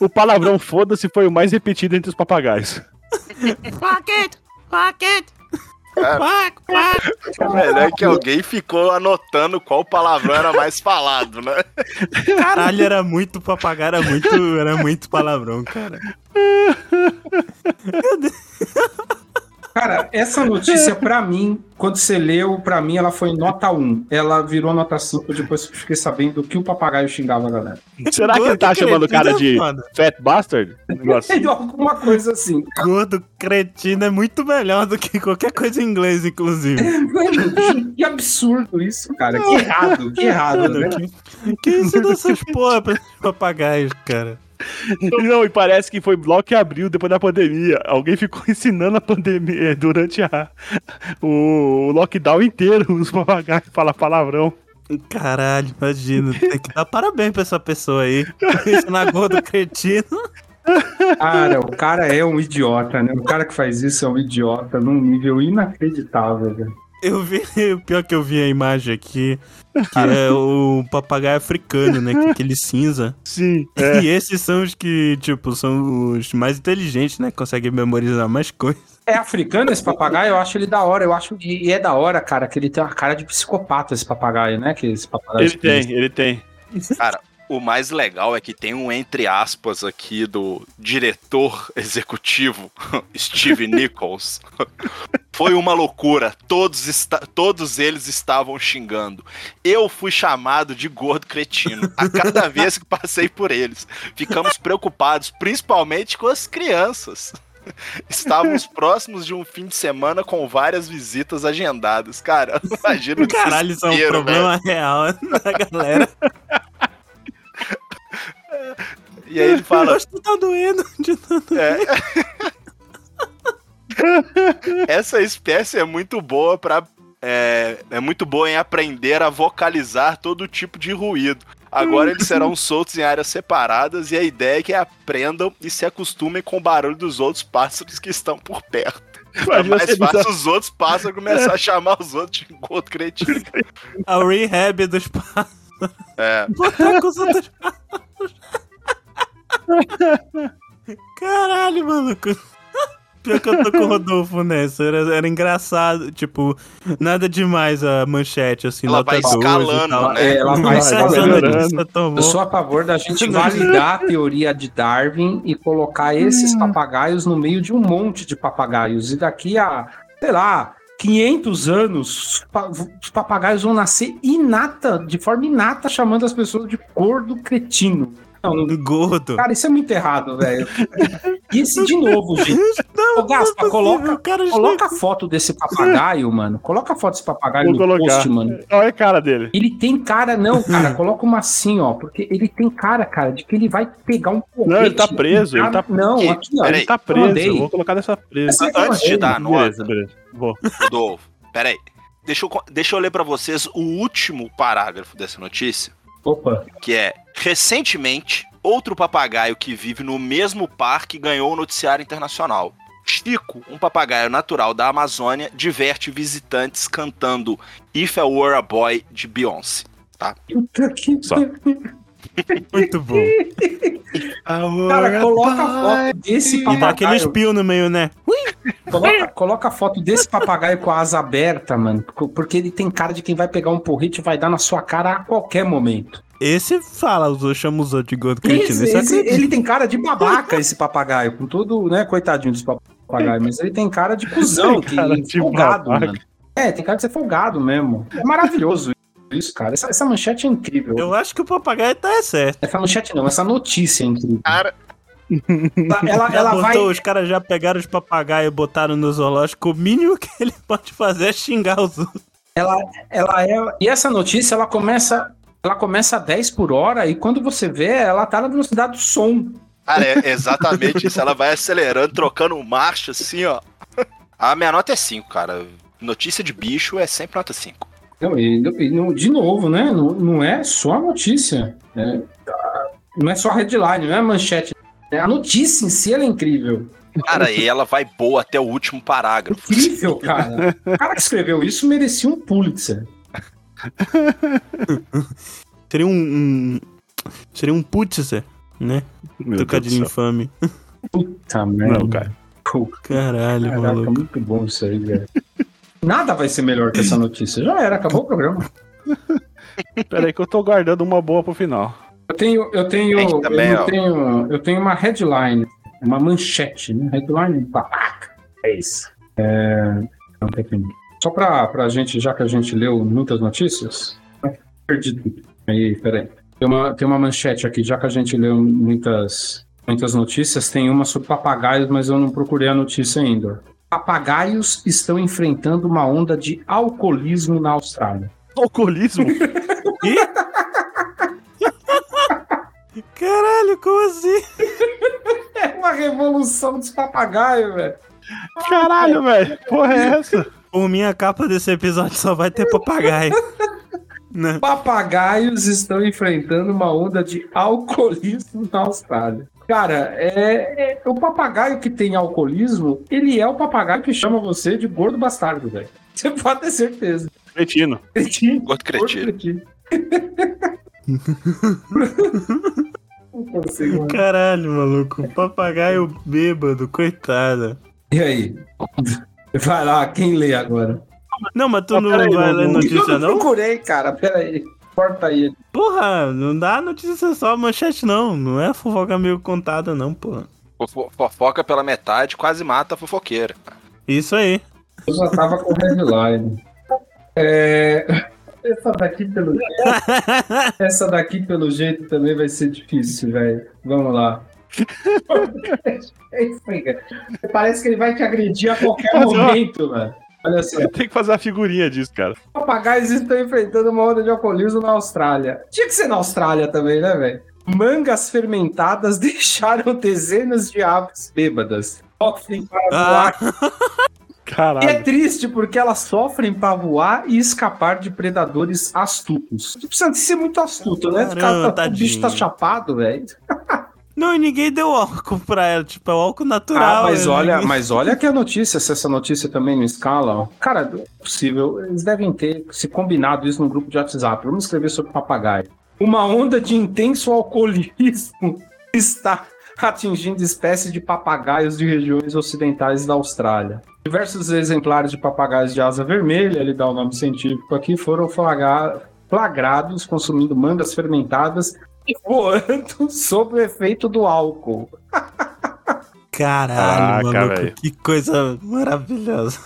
O palavrão foda-se foi o mais repetido entre os papagaios.
Fuck it! Fuck it!
Ah.
Fuck, fuck!
O melhor é que alguém ficou anotando qual palavrão era mais falado, né?
Caralho, era muito papagaio, era muito, era muito palavrão, cara.
Cara, essa notícia, pra mim, quando você leu, pra mim, ela foi nota 1. Ela virou nota 5, depois que eu fiquei sabendo que o papagaio xingava a galera.
Será que
Gordo
ele tá chamando o cara
cretino é
de
foda.
fat bastard? Um negócio assim.
Tem alguma coisa assim.
Gordo cretino é muito melhor do que qualquer coisa em inglês, inclusive.
Mano, que absurdo isso, cara. Que errado, que errado, né?
Que isso dessas porra pra esses papagaios, cara?
Não, e parece que foi logo que abriu depois da pandemia. Alguém ficou ensinando a pandemia eh, durante a- o lockdown inteiro. Os papagaios falam palavrão.
Caralho, imagina. Tem que dar parabéns pra essa pessoa aí. Isso na gordo cretino.
Cara, o cara é um idiota, né? O cara que faz isso é um idiota num nível inacreditável, velho.
Eu vi, o pior que eu vi a imagem aqui, que é o papagaio africano, né? Que é aquele cinza.
Sim. é.
É.
E esses são os que, tipo, são os mais inteligentes, né? que Conseguem memorizar mais coisas.
É africano esse papagaio? Eu acho ele da hora. Eu acho e e é da hora, cara, que ele tem uma cara de psicopata esse papagaio, né? Que esse papagaio
Ele tem, ele tem.
Cara, O mais legal é que tem um entre aspas aqui do diretor executivo, Steve Nichols. Foi uma loucura. Todos, esta- todos eles estavam xingando. Eu fui chamado de gordo cretino a cada vez que passei por eles. Ficamos preocupados, principalmente com as crianças. Estávamos próximos de um fim de semana com várias visitas agendadas. Cara, imagina o
Caralho, isso é um
desespero, velho.
problema real da galera.
E aí ele
O
fala:
rosto tá doendo de tanto.
É. Essa espécie é muito boa para é, é muito boa em aprender a vocalizar todo tipo de ruído. Agora eles serão soltos em áreas separadas e a ideia é que aprendam e se acostumem com o barulho dos outros pássaros que estão por perto. É
Imagina se
mais
ele tá-
fácil os outros pássaros começar a chamar os outros de gordo cretino.
A rehab dos pais.
É.
Botar com os outros Caralho, maluco. Pior que eu tô com o Rodolfo nessa. Era, era engraçado. Tipo, nada demais a manchete, assim,
Ela
nota
vai
2 e
escalando,
tal.
né?
É, ela vai
então, Mas essa
escalando.
escalando.
notícia tomou.
Eu sou a favor da gente validar a teoria de Darwin e colocar
Hum.
esses papagaios no meio de um monte de papagaios. E daqui a, sei lá, 500 anos, os pa- os papagaios vão nascer inata, de forma inata, chamando as pessoas de gordo cretino. Não, não-
Gordo.
cara, isso é muito errado, velho. E esse de novo, gente. Ô, Gaspa,
Não é possível,
coloca,
o cara já-
coloca a foto desse papagaio, mano. Coloca a foto desse papagaio
Vou
no
colocar.
post, mano.
Olha a cara dele.
Ele tem cara,
Uhum.
não, cara, coloca uma assim, ó, porque ele tem cara, cara, de que ele vai pegar um porrete.
Não, ele tá preso, ele tá-
Não,
Que-
aqui, ó.
peraí,
Ele tá
Eu
preso, tá,
mandei.
eu vou colocar nessa presa.
Essa-
Antes de dar a
Beleza,
nota,
beleza. Vou.
Rodolfo, peraí. Deixa eu, co- deixa eu ler para vocês o último parágrafo dessa notícia.
Opa,
que é recentemente outro papagaio que vive no mesmo parque ganhou o noticiário internacional. Chico, um papagaio natural da Amazônia, diverte visitantes cantando If I Were a Boy de Beyoncé.
puta que
Só.
é Muito bom.
Ah,
Cara, coloca a foto desse
E dá aquele
papagaio.
espio no meio, né?
Coloca, coloca a foto desse papagaio com a asa aberta, mano. co- Porque ele tem cara de quem vai pegar um porrete e vai dar na sua cara a qualquer momento.
Esse fala, os- chama os outros de gordo cretino.
Esse,
é
Esse,
esse-
acredita.
ele tem cara de babaca, esse papagaio. Com todo, né? Coitadinho dos papagaios, mas ele tem cara de cuzão,
Tem cara
que
de
folgado,
babaca.
mano. É, tem cara de ser folgado mesmo. É maravilhoso isso, cara. Essa, essa manchete é incrível.
Eu acho que o papagaio tá certo.
Essa manchete não, essa notícia é incrível.
Cara.
Ela, ela,
Já
ela vai.
botou, Os caras já pegaram os papagaios e botaram no zoológico. O mínimo que ele pode fazer é xingar os outros.
Ela, ela é. E essa notícia, ela começa. Ela começa a 10 por hora e quando você vê, ela tá na velocidade do som.
Cara, é exatamente isso. Ela vai acelerando, trocando marcha, assim, ó. A minha nota é 5, cara. Notícia de bicho é sempre nota 5.
Não, e, e não- de novo, né? Não, não é só a notícia. né? Não é só a headline, não é a manchete. A notícia em si ela é incrível.
Cara, e ela vai boa até o último parágrafo.
Incrível, cara. O cara que escreveu isso merecia um Pulitzer.
Seria um. um- seria um putzer, né?
Meu
Trocadilho
Deus do céu.
infame.
Puta
Não, cara.
Caralho,
Tá, Caraca,
maluco.
muito bom isso aí, velho. Nada vai ser melhor que essa notícia. Já era, acabou o programa.
Pera aí que eu tô guardando uma boa pro final.
Eu tenho, eu tenho,
Tem que também,
eu, não
ó.
tenho eu tenho uma headline, uma manchete, né? Headline babaca. É isso. É... não tem que- Só pra, pra gente, já que a gente leu muitas notícias, né? perdi tudo. Aí, peraí. Tem uma, tem uma manchete aqui, já que a gente leu muitas, muitas notícias, tem uma sobre papagaios, mas eu não procurei a notícia ainda. Papagaios estão enfrentando uma onda de alcoolismo na Austrália.
Alcoolismo?
Caralho, como assim?
É uma revolução dos papagaios, velho.
Caralho, velho. Porra é essa?
Por minha capa desse episódio só vai ter papagaio. Né?
Papagaios estão enfrentando uma onda de alcoolismo na Austrália. Cara, é, é- o papagaio que tem alcoolismo, ele é o papagaio que chama você de gordo bastardo, velho. Você pode ter certeza.
Cretino.
Cretino,
Gordo
gordo
cretino.
cretino. Não consigo, mano.
Caralho, maluco. Papagaio bêbado, coitada.
E aí? Vai lá, quem lê agora?
Não, mas tu
Ah,
não
peraí,
vai
não-
ler
não-
notícia,
eu não
não?
procurei, cara. Pera aí. Corta aí.
Porra, não dá notícia só manchete, não. Não é fofoca meio contada, não, porra.
Fofo- Fofoca pela metade quase mata a fofoqueira.
Isso aí.
Eu já tava com headline. É... Essa daqui, pelo... Essa daqui, pelo jeito, também vai ser difícil, velho. Vamos lá. É Parece que ele vai te agredir a qualquer momento, mano. Olha só.
Tem que fazer a figurinha disso, cara.
Papagaios estão enfrentando uma onda de alcoolismo na Austrália. Tinha que ser na Austrália também, né, velho? Mangas fermentadas deixaram dezenas de aves bêbadas. Sofrem para
Ah,
voar. E é
Caralho.
triste porque elas sofrem para voar e escapar de predadores astutos. Não precisa de ser muito astuto, né? O, cara
Caramba,
tá- o bicho tá
tadinho.
chapado, velho.
Não, e ninguém deu álcool pra ela. Tipo, é o álcool natural.
Ah, mas
né?
olha,
Ninguém-
mas olha que a notícia, se essa notícia também não escala, ó. cara, é possível, eles devem ter se combinado isso no grupo de WhatsApp. Vamos escrever sobre papagaio. Uma onda de intenso alcoolismo está atingindo espécies de papagaios de regiões ocidentais da Austrália. Diversos exemplares de papagaios de asa vermelha, ele dá o nome científico aqui, foram flagra- flagrados consumindo mangas fermentadas e voando sob o efeito do álcool.
Caralho,
Caraca,
maluco.
velho.
Que coisa maravilhosa.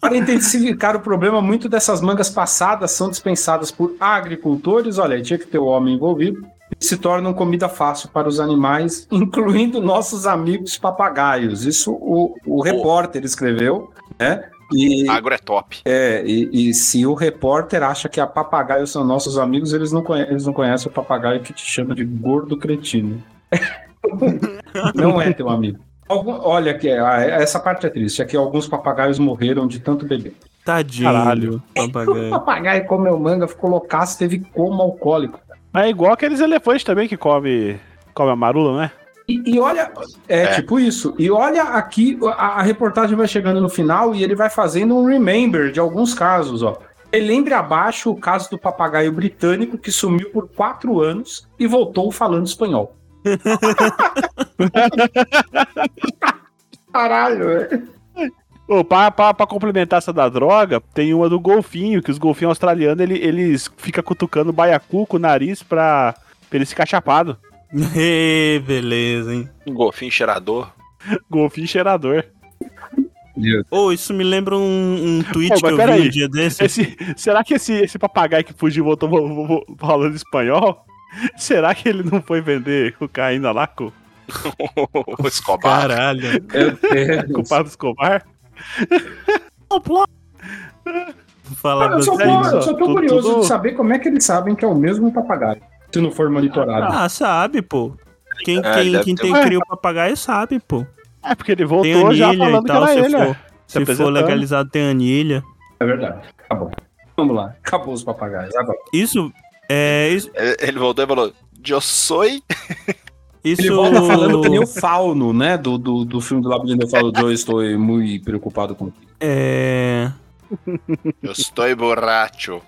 Para intensificar o problema, muito dessas mangas passadas são dispensadas por agricultores. Olha, aí tinha que ter o homem envolvido. E se tornam comida fácil para os animais, incluindo nossos amigos papagaios. Isso o, o repórter escreveu, né? E,
Agro é top.
é, e- e se o repórter acha que a papagaio são nossos amigos, eles não, conhe- eles não conhecem o papagaio que te chama de gordo cretino. não é teu amigo. Algum- olha, que ah, essa parte é triste. É que alguns papagaios morreram de tanto beber.
Tadinho.
Caralho.
O
Papagaio.
papagaio comeu manga, ficou loucaço, teve coma alcoólico.
É igual aqueles elefantes também que come, come a marula, né?
E, e olha, é,
É.
tipo isso. E olha aqui, a, a reportagem vai chegando no final e ele vai fazendo um remember de alguns casos, ó. Relembre abaixo o caso do papagaio britânico que sumiu por quatro anos e voltou falando espanhol. Caralho, é. velho.
Ô, pra, pra, pra complementar essa da droga, tem uma do golfinho, que os golfinhos australianos, ele, eles ficam cutucando o baiacu com o nariz pra, pra ele ficar chapado.
Ê, beleza, hein?
Um golfinho cheirador.
Golfinho cheirador.
Ô, isso me lembra um, um tweet
Ô, mas
que eu vi
pera
um
aí.
dia desse.
Esse, é será que esse, esse papagaio que fugiu voltou vo- vo- vo- falando espanhol? Será que ele não foi vender cocaína lá com,
o Escobar.
Caralho.
com o Pablo Escobar?
Falar
eu só tô,
é isso,
eu só tô
tudo-
curioso
tudo-
de saber como é que eles sabem que é o mesmo papagaio, se não for monitorado.
Ah, sabe, pô. Quem,
É,
quem,
deve
quem
ter
tem
um-
cria o papagaio sabe, pô.
É, porque ele
Tem
voltou já
anilha e
falando
tal,
que
se
era ele. ó.
for. Se, for
apresentando.
legalizado, tem anilha.
É verdade. Acabou. Vamos lá. Acabou os papagaios. Agora.
Isso. É. Isso.
Ele ele voltou e falou: Eu sou
isso...
Ele volta falando que nem o Fauno, né? Do, do, do filme do Labirinto do Fauno. Eu estou muito preocupado com
É.
Eu estou borracho.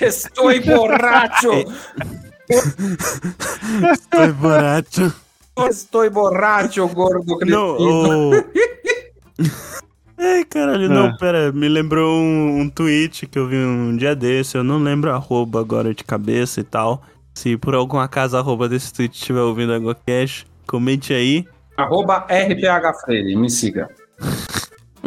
Estou borracho!
É.
Foi barato.
Estou borracho, gordo
Não, o... Ai, caralho,
Ah.
não, pera, me lembrou um, um tweet que eu vi um dia desse, eu não lembro a arroba agora de cabeça e tal. Se por algum acaso a arroba desse tweet estiver ouvindo a GoCash, comente aí.
Arroba RPH Freire, me siga.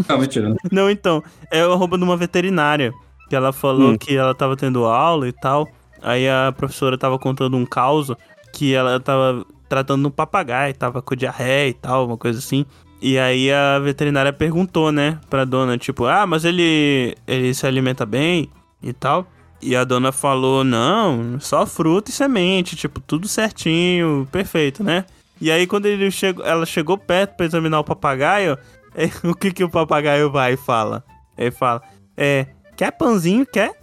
Não, mentira.
Não, então, é o arroba de uma veterinária, que ela falou que ela tava tendo aula e tal, aí a professora tava contando um caso que ela tava tratando um papagaio, tava com diarreia e tal, uma coisa assim. E aí a veterinária perguntou, né, pra dona, tipo, ah, mas ele, ele se alimenta bem e tal. E a dona falou, não, só fruta e semente, tipo, tudo certinho, perfeito, né? E aí quando ele chegou, ela chegou perto pra examinar o papagaio, é, o que que o papagaio vai e fala? Ele fala, é, quer pãozinho, quer?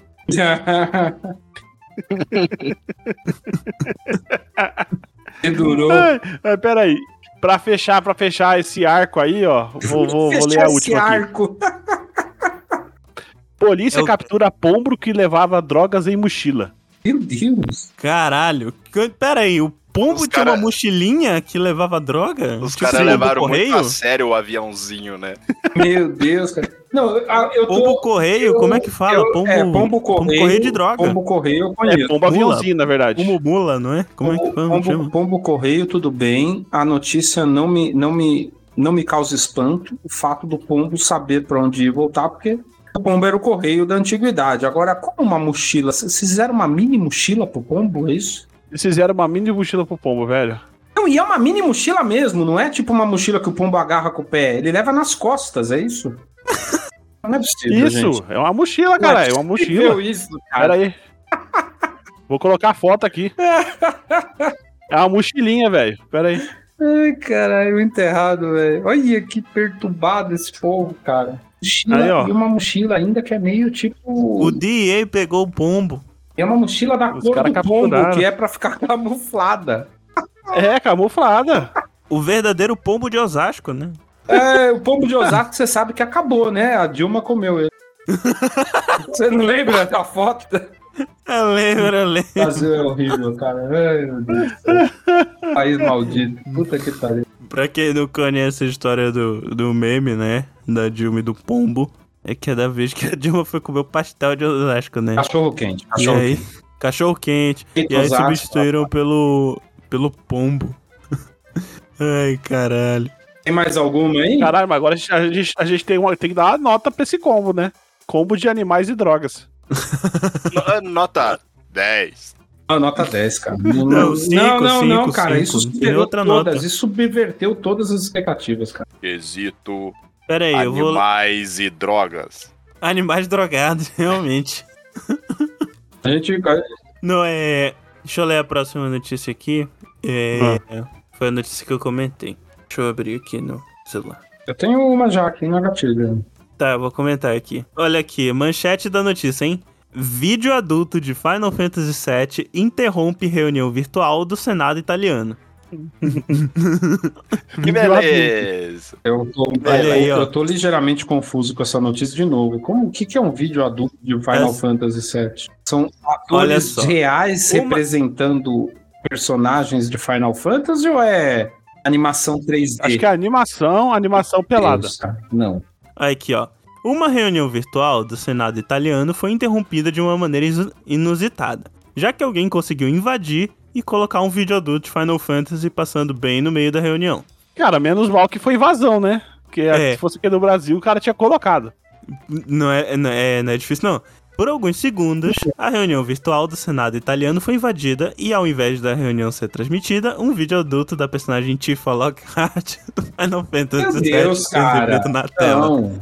E durou.
Ai, ai, É, peraí. Pra fechar, pra fechar esse arco aí, ó, vou, vou- vou ler
Fechou
a
esse
última aqui.
arco.
Polícia
É
Eu-
captura pombo que levava drogas em mochila.
Meu Deus.
Caralho, que- pera aí, o pombo
Os
tinha
cara-
uma mochilinha que levava droga?
Os
Tipo
caras
pombo
levaram
correio?
muito a sério o aviãozinho, né?
Meu Deus, cara. Não, eu- ah, eu tô.
Pombo correio,
eu-
como é que fala?
eu-
pombo,
é, pombo correio.
de droga.
Pombo correio, eu
É
conheço.
pombo
Pula.
aviãozinho, na verdade.
Pombo mula, não é? Como é que fala?
pombo,
chama?
pombo, pombo correio, tudo bem. A notícia não me, não me, não me causa espanto. O fato do pombo saber para onde ir e voltar, porque o pombo era o correio da antiguidade. Agora, como uma mochila? Vocês fizeram uma mini mochila pro pombo, é isso?
Eles fizeram uma mini mochila pro pombo, velho.
Não, e é uma mini mochila mesmo, não é tipo uma mochila que o pombo agarra com o pé. Ele leva nas costas, é isso? Não é possível.
Isso,
gente.
é uma mochila, cara. É uma
Não possível
mochila.
Isso, cara.
Pera aí. Vou colocar a foto aqui. É uma mochilinha, velho. Pera aí.
Ai, caralho, enterrado, velho. Olha que perturbado esse povo, cara. Mochila,
Aí, ó.
E uma mochila ainda que é meio tipo.
O DEA pegou o pombo.
É uma mochila da
Os
cor
cara
do pombo,
capturaram.
que é pra ficar camuflada.
É, camuflada.
O verdadeiro pombo de Osasco, né?
É, o pombo de Osasco, você sabe que acabou, né? A Dilma comeu ele. Você não lembra da foto?
Eu lembro, eu lembro.
Brasil é horrível, cara. Ai, meu Deus do céu. País maldito. Puta que pariu.
Pra quem não conhece a história do, do meme, né? Da Dilma e do pombo, é que é da vez que a Dilma foi comer o pastel de Osasco, né?
Cachorro quente.
E
Cachorro
aí, cachorro quente.
quente.
E aí
Osasco.
substituíram pelo. pelo pombo. Ai, caralho.
Tem mais alguma aí?
Caralho, mas agora a gente, a gente- a gente tem, uma, tem que dar nota pra esse combo, né? Combo de animais e drogas.
No- "Ah, Nota 10.
Ah, nota 10, cara.
Não, cinco,
não, não, não,
cinco,
cara.
cinco.
Isso
Tem
superou
outra
todas.
nota.
Isso subverteu todas as expectativas, cara.
Quesito,
Pera aí, eu vou.
animais e drogas.
Animais drogados, realmente.
A gente.
Não, é. Deixa eu ler a próxima notícia aqui. É.
Ah.
Foi a notícia que eu comentei. Deixa eu abrir aqui no celular.
Eu tenho uma já aqui na gatilha.
Tá, eu vou comentar aqui. Olha aqui, manchete da notícia, hein? Vídeo adulto de Final Fantasy VII interrompe reunião virtual do Senado italiano.
Que beleza!
Eu tô,
Olha aí,
eu,
ó.
eu tô ligeiramente confuso com essa notícia de novo. Como, o que, que é um vídeo adulto de Final
Essa-
Fantasy VII? São
É. Olha
atores
só.
reais
Uma-
representando personagens de Final Fantasy ou é animação 3D?
Acho que é animação, animação pelada.
Deus, cara. Não.
Aqui, ó. Uma reunião virtual do Senado italiano foi interrompida de uma maneira isu- inusitada, já que alguém conseguiu invadir e colocar um vídeo adulto de Final Fantasy passando bem no meio da reunião.
Cara, menos mal que foi invasão, né? Porque
É.
se fosse aqui no Brasil, o cara tinha colocado.
N- Não é, não é, não é difícil, não. Por alguns segundos, a reunião virtual do Senado italiano foi invadida e, ao invés da reunião ser transmitida, um vídeo adulto da personagem Tifa Lockhart do Final Fantasy VII
Deus,
foi exibido
cara.
na tela.
Não.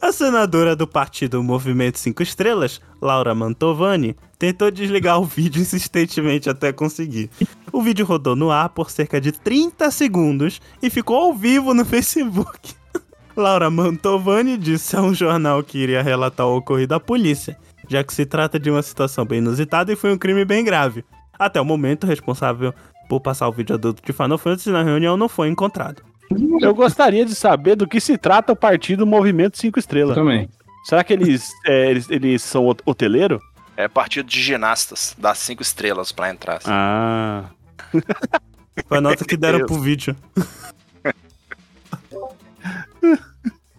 A senadora do partido Movimento 5 Estrelas, Laura Mantovani, tentou desligar o vídeo insistentemente até conseguir. O vídeo rodou no ar por cerca de 30 segundos e ficou ao vivo no Facebook. Laura Mantovani disse a um jornal que iria relatar o ocorrido à polícia, já que se trata de uma situação bem inusitada e foi um crime bem grave. Até o momento, o responsável por passar o vídeo adulto de Final Fantasy na reunião não foi encontrado.
Eu gostaria de saber do que se trata o partido Movimento 5
Eu
Estrelas.
também.
Será que eles, é, eles, eles são hot- hoteleiro?
É partido de ginastas, dá cinco estrelas pra entrar. assim.
Ah.
Foi a nota que deram pro vídeo.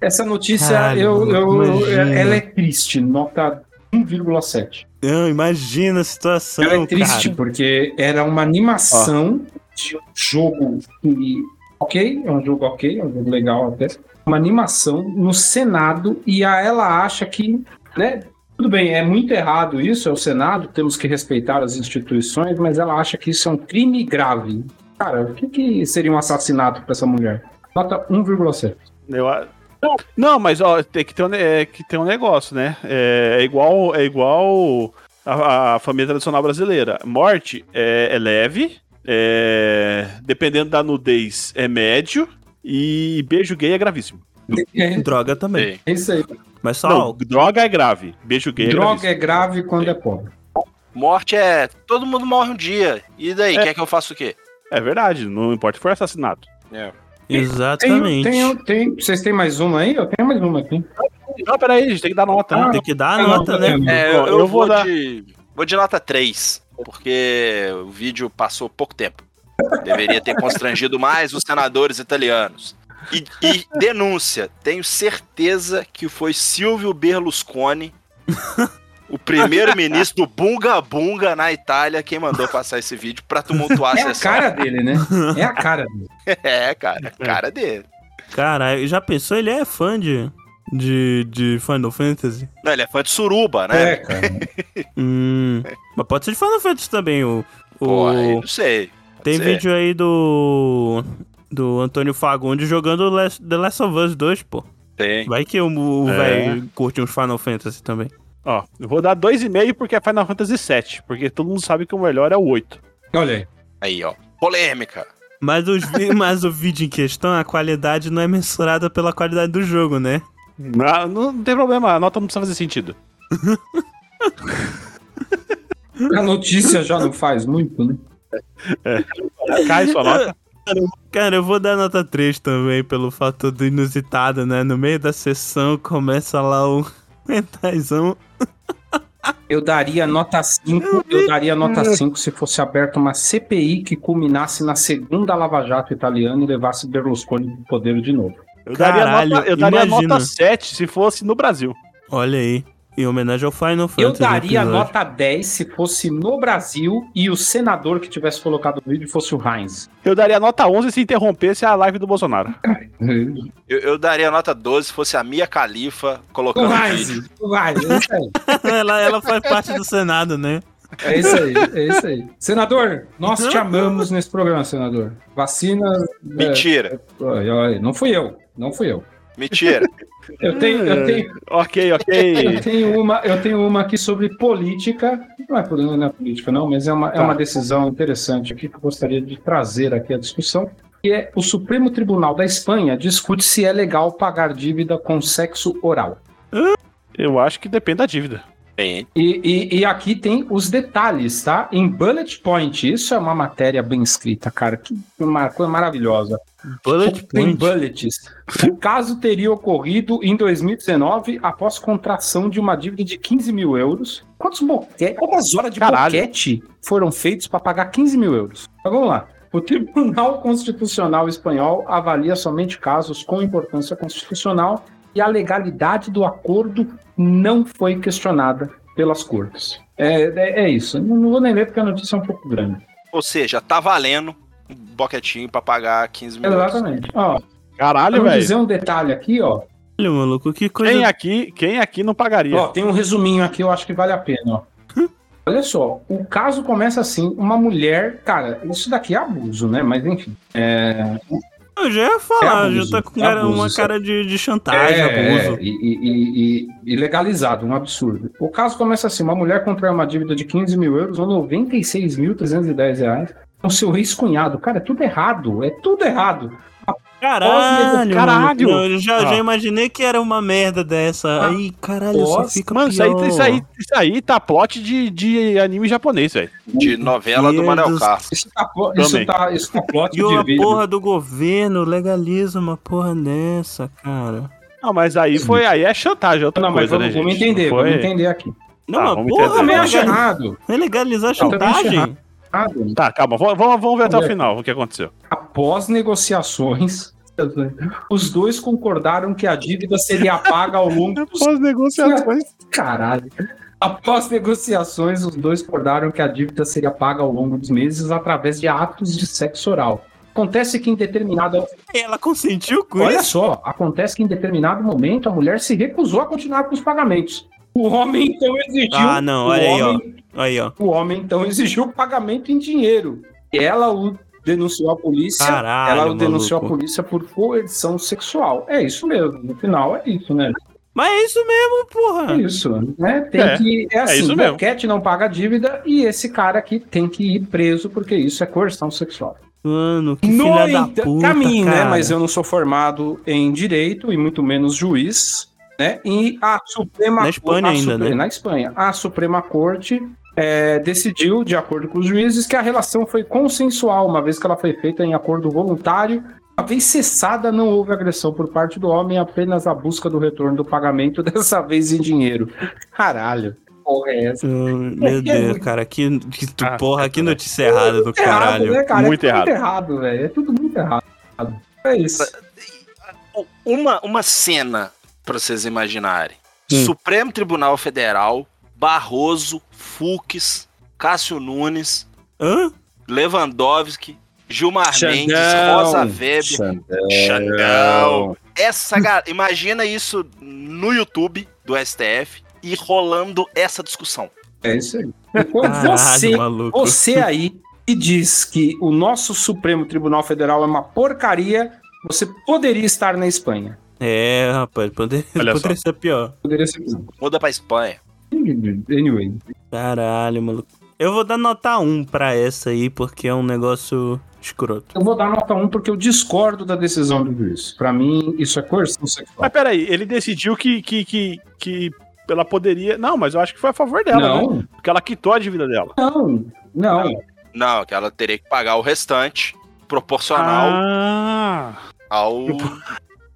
Essa notícia,
Caralho,
eu, eu-
imagina.
ela é triste. Nota 1,7.
Não, imagina a situação,
Ela é triste
cara.
porque era uma animação de um jogo que, ok, é um jogo ok, é um jogo legal até. Uma animação no Senado e a ela acha que, né? Tudo bem, é muito errado isso, é o Senado, temos que respeitar as instituições, mas ela acha que isso é um crime grave. Cara, o que, que seria um assassinato para essa mulher? Nota 1,7.
Eu a- Não, mas ó, tem que ter um, ne- é, que ter um negócio, né? É, é igual, é igual a, a família tradicional brasileira. Morte é, é leve, é, dependendo da nudez é médio e beijo gay é gravíssimo.
É
Droga também.
Ei,
isso aí.
Mas só
Não, droga é grave, beijo gay é
Droga
gravíssimo.
é grave quando é pobre.
Morte é. Todo mundo morre um dia. E daí? Quer que eu faça o quê?
É verdade, não importa se for assassinato.
exatamente.
Tem, tem, tem, vocês têm mais uma aí? Eu tenho mais uma aqui.
Não, peraí, a gente tem que dar nota. né?
Então, Tem que dar a
Ah,
nota,
não,
né?
não,
É,
Ó,
eu,
eu
vou,
vou dar-
de. Vou de nota 3. porque o vídeo passou pouco tempo. Deveria ter constrangido mais os senadores italianos. E, e denúncia: tenho certeza que foi Silvio Berlusconi, o primeiro-ministro do Bunga Bunga na Itália, quem mandou passar esse vídeo pra tumultuar a
É a
sessão.
cara dele, né? É a cara dele.
É, cara, a cara dele.
Caralho, já pensou? Ele é fã de, de, de Final Fantasy?
Não, ele é fã de suruba, né?
É, cara.
Hum, mas pode ser de Final Fantasy também. O, o-
Pô, aí não sei. Pode
tem
ser.
vídeo aí do do Antônio Fagundes jogando Last- The Last of Us 2, pô.
Tem.
Vai que o, o
É.
velho curte uns Final Fantasy também.
Ó, eu vou dar 2,5 porque é Final Fantasy VII, porque todo mundo sabe que o melhor é o 8.
Olha aí.
Aí, ó. Polêmica.
Mas, os vi- mas o vídeo em questão, a qualidade não é mensurada pela qualidade do jogo, né?
Não, Ah, não tem problema, a nota não precisa fazer sentido.
A notícia já não faz muito, né?
Cai sua nota.
Cara, eu vou dar nota 3 também, pelo fato do inusitado, né? No meio da sessão começa lá o mentaizão.
Eu daria nota 5, eu daria nota 5 se fosse aberta uma CPI que culminasse na segunda Lava Jato italiana e levasse Berlusconi pro poder de novo.
Eu daria,
Caralho,
nota, eu daria
imagina.
nota 7 se fosse no Brasil.
Olha aí. Em homenagem ao Final Fantasy. né,
Eu daria
episódio.
nota 10 se fosse no Brasil e o senador que tivesse colocado o vídeo fosse o Heinz.
Eu daria nota 11 se interrompesse a live do Bolsonaro.
Eu, eu daria nota 12 se fosse a Mia Khalifa
o
colocando o vídeo.
Heinz, o Heinz, é isso aí.
ela, ela faz parte do Senado, né?
É isso aí, é isso aí. Senador, nós te amamos nesse programa, senador. Vacinas.
Mentira,
é, oi, oi, não fui eu, não fui eu.
mentira.
Eu tenho, eu tenho,
Ok,
Eu
ok.
tenho uma, eu tenho uma aqui sobre política. Não é, problema, não é política, não, mas é uma, é uma decisão interessante aqui que eu gostaria de trazer aqui à discussão. Que é o Supremo Tribunal da Espanha discute se é legal pagar dívida com sexo oral.
Eu acho que depende da dívida.
Bem,
E, e- e aqui tem os detalhes, tá? Em bullet point. Isso é uma matéria bem escrita, cara. Que uma coisa maravilhosa.
Bullet
Tem
point.
bullets. O caso teria ocorrido em 2019 após contração de uma dívida de 15 mil euros. Quantos boquete, quantas horas de
Caralho.
boquete foram feitos para pagar 15 mil euros? Mas vamos lá. O Tribunal Constitucional Espanhol avalia somente casos com importância constitucional e a legalidade do acordo não foi questionada pelas cortes. É, é- é isso. Não, não vou nem ler porque a notícia é um pouco grande.
ou seja, tá valendo um boquetinho pra pagar 15 minutos.
Exatamente. Ó,
Caralho,
vou
velho.
dizer um detalhe aqui, ó.
Olha, maluco, que coisa.
Quem aqui, quem aqui não pagaria?
Ó, tem um resuminho aqui, eu acho que vale a pena, ó. Olha só, o caso começa assim, uma mulher, cara, isso daqui é abuso, né? Mas enfim.
Eu já ia falar,
É abuso,
já tá com
é
cara-
abuso, É.
uma
isso.
cara de, de chantagem, É, abuso.
e, e- e- e- e legalizado, um absurdo. O caso começa assim, uma mulher contrai uma dívida de 15 mil euros ou 96.310 reais com seu ex-cunhado. Cara, é tudo errado, é tudo errado.
Caralho,
Caralho.
maluco. Eu já,
Ah.
já imaginei que era uma merda dessa.
Ah.
Aí, caralho, só
Nossa,
fica
Mano, isso aí,
pior.
isso, aí, isso aí tá plot de, de anime japonês, velho.
De novela do
Meu
Manuel
Deus.
Castro.
Isso tá, plo- isso
Também.
tá, isso tá plot
E a
de vídeo.
porra do governo legaliza uma porra dessa, cara.
Não, mas aí
Sim.
foi. Aí é chantagem, é outra
Não, mas
coisa,
vamos,
né,
vamos
gente?
entender,
Não foi-
vamos entender aqui.
Não,
Ah,
mas
vamos
Eu
porra,
entender.
também
legal-
acho errado.
legalizar a
Não, também acho
chantagem?
errado.
Tá, calma, vamos, vamos- vamos ver até o
Vamos ver.
final o que aconteceu.
Após negociações, os dois concordaram que a dívida seria paga ao longo dos. negociações. Caralho. Após negociações, os dois concordaram que a dívida seria paga ao longo dos meses através de atos de sexo oral. Acontece que em determinado.
Ela consentiu com
Olha
isso?
só, acontece que em determinado momento a mulher se recusou a continuar com os pagamentos. O homem então exigiu.
Ah, não,
o
olha aí,
homem
ó. Aí, ó.
o homem então exigiu pagamento em dinheiro. E ela o denunciou à polícia.
Caralho,
ela o denunciou à
maluco.
polícia por coerção sexual. É isso mesmo. No final é isso, né?
Mas é isso mesmo, porra.
É isso, né? Tem
É,
que é assim,
isso
o
mesmo.
boquete não paga dívida e esse cara aqui tem que ir preso porque isso é coerção sexual.
Mano, que filha da
entanto-
puta,
pra mim, né?
cara.
Mas eu não sou formado em direito e muito menos juiz, né? E a Suprema
Na Espanha
a
ainda,
Supre-
né?
Na Espanha, a Suprema Corte eh, decidiu, de acordo com os juízes, que a relação foi consensual, uma vez que ela foi feita em acordo voluntário. Uma vez cessada, não houve agressão por parte do homem, apenas a busca do retorno do pagamento, dessa vez em dinheiro. Caralho. porra é essa?
Eu- Hum, Meu Deus, cara, que, que tu-
Ah,
porra, que notícia errada do
Tudo errado,
caralho.
né, cara? É
Muito
tudo
errado.
muito errado, velho. É tudo muito errado. É isso.
Uma, uma cena pra vocês imaginarem.
Hum.
Supremo Tribunal Federal, Barroso, Fux, Cássio Nunes,
Hã?
Lewandowski, Gilmar
Xandão.
Mendes, Rosa Weber,
É,
Xandão. Essa ga- imagina isso no YouTube do STF e rolando essa discussão.
É isso aí. E quando
Caralho,
você,
maluco.
assim, você aí que diz que o nosso Supremo Tribunal Federal é uma porcaria, você poderia estar na Espanha.
É, rapaz, poderia,
Olha só.
poderia ser pior.
Poderia ser.
Muda pra Espanha.
Anyway.
Caralho, maluco. Eu vou dar nota 1 pra essa aí, porque é um negócio escroto.
Eu vou dar nota 1 porque eu discordo da decisão do juiz. Pra mim, isso é coerção sexual.
Mas peraí, ele decidiu que, que, que, que ela poderia. Não, mas eu acho que foi a favor dela, né?
não,
Porque ela quitou a dívida dela.
não, não.
Não, que ela teria que pagar o restante proporcional
Ah,
ao.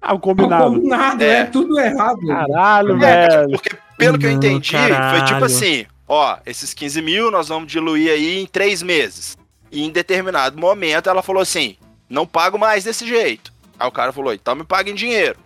ah, o
Não
combinado.
combinado,
É.
é. tudo errado.
Ah, Caralho,
É, cara,
velho.
porque pelo que eu
Não,
entendi, foi tipo
caralho.
assim: ó, esses 15 mil nós vamos diluir aí em três meses. E em determinado momento ela falou assim: não pago mais desse jeito. Aí o cara falou: então me paga em dinheiro.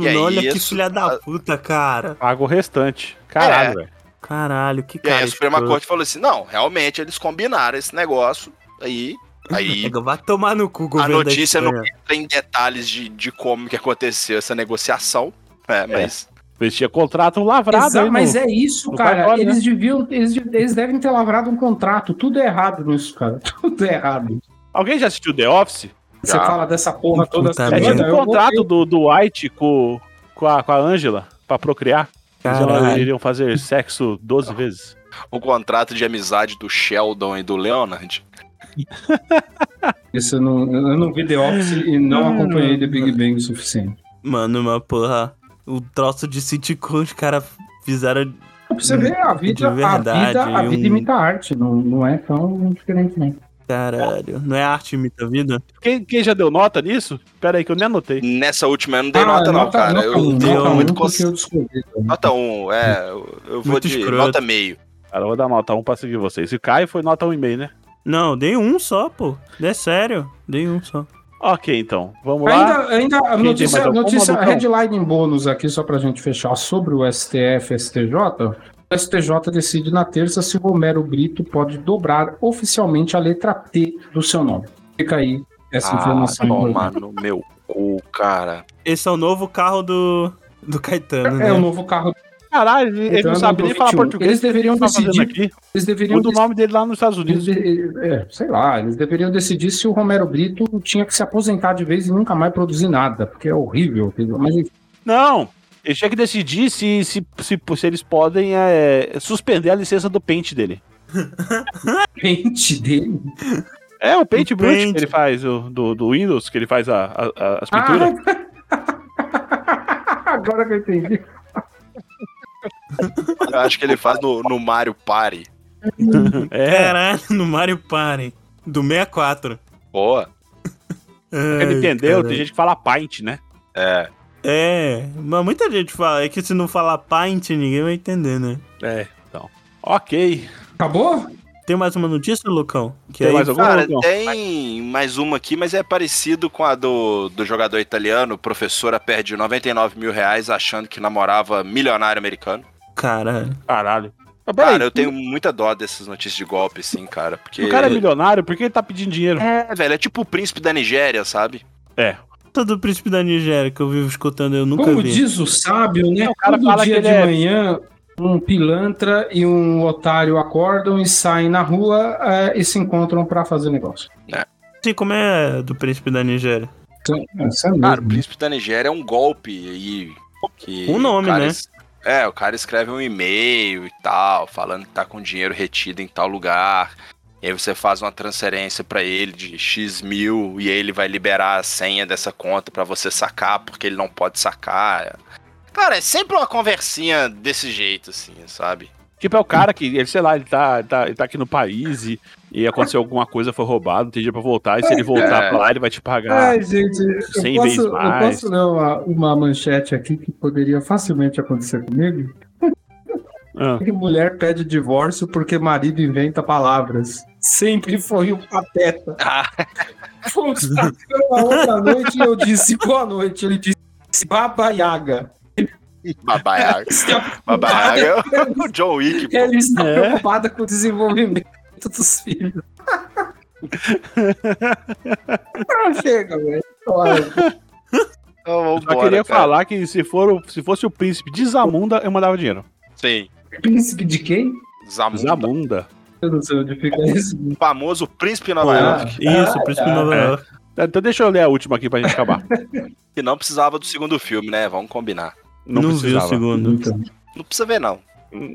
E aí,
Hum, Olha que
isso-
filha
tá
da puta, cara.
Paga o restante. Caralho,
É.
velho.
Caralho, que
E
cara.
aí a Suprema
escroto.
Corte falou assim: não, realmente eles combinaram esse negócio. Aí, aí
Pega, Vai tomar no cu, governo da
notícia não-
Espanha.
tem detalhes de, de como que aconteceu essa negociação. É, mas.
Eles tinham contrato lavrado
Exa-
aí,
mas
no-
é isso,
no
cara.
cartório,
eles deviam, eles, de- eles devem ter lavrado um contrato. Tudo é errado nisso, cara. Tudo é errado.
Alguém já assistiu The Office?
Você
Já.
fala dessa porra
Puta
toda
merda.
É
Mano,
tipo
eu
o
vou-
contrato do, do White com, com, a, com a Angela pra procriar. Eles iriam-
Caralho.
iriam fazer sexo 12 vezes.
o contrato de amizade do Sheldon e do Leonard.
Isso eu, não, eu não vi The Office e não acompanhei The Big Bang o suficiente.
Mano, uma porra. O troço de sitcom, os caras fizeram
Pra você ver, a vida,
De verdade,
a vida, a
um-
vida imita a arte, não, não é tão diferente, né?
Caralho, não é arte imita a vida?
Quem, quem já deu nota nisso? Pera aí que eu nem anotei.
Nessa última eu não dei
Ah,
nota, não, cara. eu
um,
tenho
nota um
muito
porque
consciência.
eu descobri.
Nota 1, é, eu, eu vou
Muito
de
escroto.
nota meio.
Cara, eu vou dar nota 1 pra seguir vocês. Se cai, foi nota 1,5, né?
Não, dei um só, pô. É sério, dei um só.
Ok, então. Vamos lá.
Ainda, ainda a
Quem tem mais
notícia,
alguma,
notícia
Lucão?
headline em bônus aqui, só pra gente fechar, sobre o STF e STJ. O STJ decide na terça se o Romero Brito pode dobrar oficialmente a letra T do seu nome. Fica aí essa informação.
Ah, toma no meu cu, cara.
Esse é o novo carro do, do Caetano, né?
É o novo carro.
Caralho, ele, ele não
Caetano
sabe
do
nem falar
21.
português.
Eles deveriam
O que ele tá fazendo
decidir.
aqui?
Eles deveriam
Muda o nome dele lá nos Estados
Eles
Unidos.
de- é, sei lá, eles deveriam decidir se o Romero Brito tinha que se aposentar de vez e nunca mais produzir nada, porque é horrível. aquilo. Mas enfim,
Não! Ele tinha que decidir se, se, se, se eles podem é, suspender a licença do pente dele.
pente dele.
É, o pente
O
bruto que
Paint.
ele faz, o, do, do Windows, que ele faz a, a- a- as pinturas.
Ah, agora que eu entendi.
Eu acho que ele faz no, no Mario Party.
é,
Caralho, né? no Mario Party, do 64.
Boa.
Ai,
ele entendeu,
cara.
tem gente que fala pint, né?
É.
É, mas muita gente fala, é que se não falar Paint, ninguém vai entender, né?
É, então. Ok.
Acabou?
Tem mais uma notícia, Lucão? Que
Tem mais alguma?
Cara,
Lucão?
tem mais uma aqui, mas é parecido com a do, do jogador italiano. Professora perde 99 mil reais achando que namorava milionário americano.
Caralho.
Caralho. Mas peraí,
Cara, eu tenho muita dó dessas notícias de golpe, assim, cara. Porque.
o cara é milionário, por que ele tá pedindo dinheiro?
É, velho, é tipo o príncipe da Nigéria, sabe?
Todo príncipe da Nigéria que eu vivo escutando, eu nunca
Como
vi.
diz o sábio, né?
O cara
Todo
fala
dia
que
de
ele é-
manhã, um pilantra e um otário acordam e saem na rua eh, e se encontram pra fazer negócio.
Sim, como é do príncipe da Nigéria?
Então, é, isso é
Cara, o
mesmo.
príncipe da Nigéria é um golpe e. Que
Um nome,
o cara
né?
es- É, o cara escreve um e-mail e tal, falando que tá com dinheiro retido em tal lugar. E aí você faz uma transferência pra ele de X mil e aí ele vai liberar a senha dessa conta pra você sacar, porque ele não pode sacar. Cara, é sempre uma conversinha desse jeito, assim, sabe?
Tipo, é o cara que, ele, sei lá, ele tá, ele tá, ele tá aqui no país e, e aconteceu alguma coisa, foi roubado, não tem dia pra voltar, e se ele voltar
É.
pra lá, ele vai te pagar.
Ai, gente, É, eu
cem
posso, ah,
vezes
eu
mais.
posso ler uma, uma manchete aqui que poderia facilmente acontecer comigo?
É. Ah.
que mulher pede divórcio porque marido inventa palavras. Sempre foi um pateta.
Ah.
Fomos pra cama outra noite e eu disse boa noite. Ele disse Baba Yaga.
Babaiaga.
Está
Babaiaga é o John Wick, pô.
Ela está
É.
preocupada com o desenvolvimento dos filhos. ah, chega, velho. Olha,
Então,
Só
vambora,
queria
cara.
falar que se, for, o- se fosse o príncipe de Zamunda, eu mandava dinheiro.
Sim.
príncipe de quem?
Zamunda.
Zamunda.
Eu não sei onde fica isso.
O famoso príncipe de Nova
Ah.
York.
Isso, por isso que Nova
é.
York.
Tá, Então deixa eu ler a última aqui pra gente acabar.
Que não precisava do segundo filme, né? Vamos combinar.
Não,
Não,
vi o
precisava.
segundo.
Então,
Não precisa ver, não.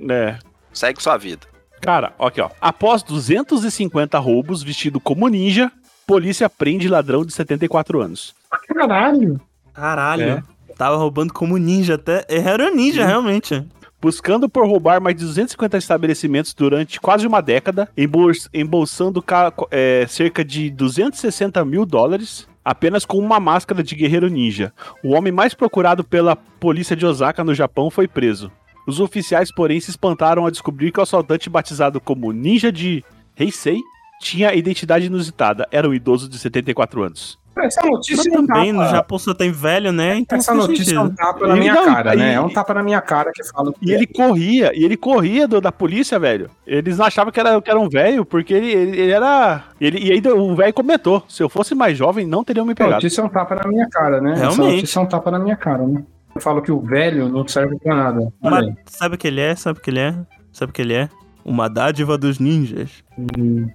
É,
Segue sua vida.
Cara, ó aqui, ó. Após 250 roubos, vestido como ninja, polícia prende ladrão de 74 anos.
Caralho.
Caralho. Tava roubando como ninja até. Era um ninja, realmente.
Buscando por roubar mais de 250 estabelecimentos durante quase uma década, embols- embolsando ca- co- é, cerca de 260 mil dólares, apenas com uma máscara de guerreiro ninja. O homem mais procurado pela polícia de Osaka, no Japão, foi preso. Os oficiais, porém, se espantaram ao descobrir que o assaltante batizado como Ninja de Heisei tinha identidade inusitada. Era um idoso de 74 anos.
Essa
Mas
notícia é um
também, no
tapa.
Japão só tem velho, né? Então
Essa
faz
notícia é um
sentido.
tapa na
E
minha
não,
cara, né?
e-
É um tapa na minha cara que fala.
E ele corria, e ele corria do- da polícia, velho. Eles não achavam que era, que era um velho, porque ele, ele, ele era. Ele, e ainda o velho comentou: se eu fosse mais jovem, não teriam me
Essa
pegado.
notícia é um tapa na minha cara, né? Essa
Realmente.
notícia é um tapa na minha cara, né? Eu falo que o velho não serve pra nada. Olha
Uma-
aí.
Sabe o que ele é? Sabe o que ele é? Sabe o que ele é? Uma dádiva dos ninjas.
Hum,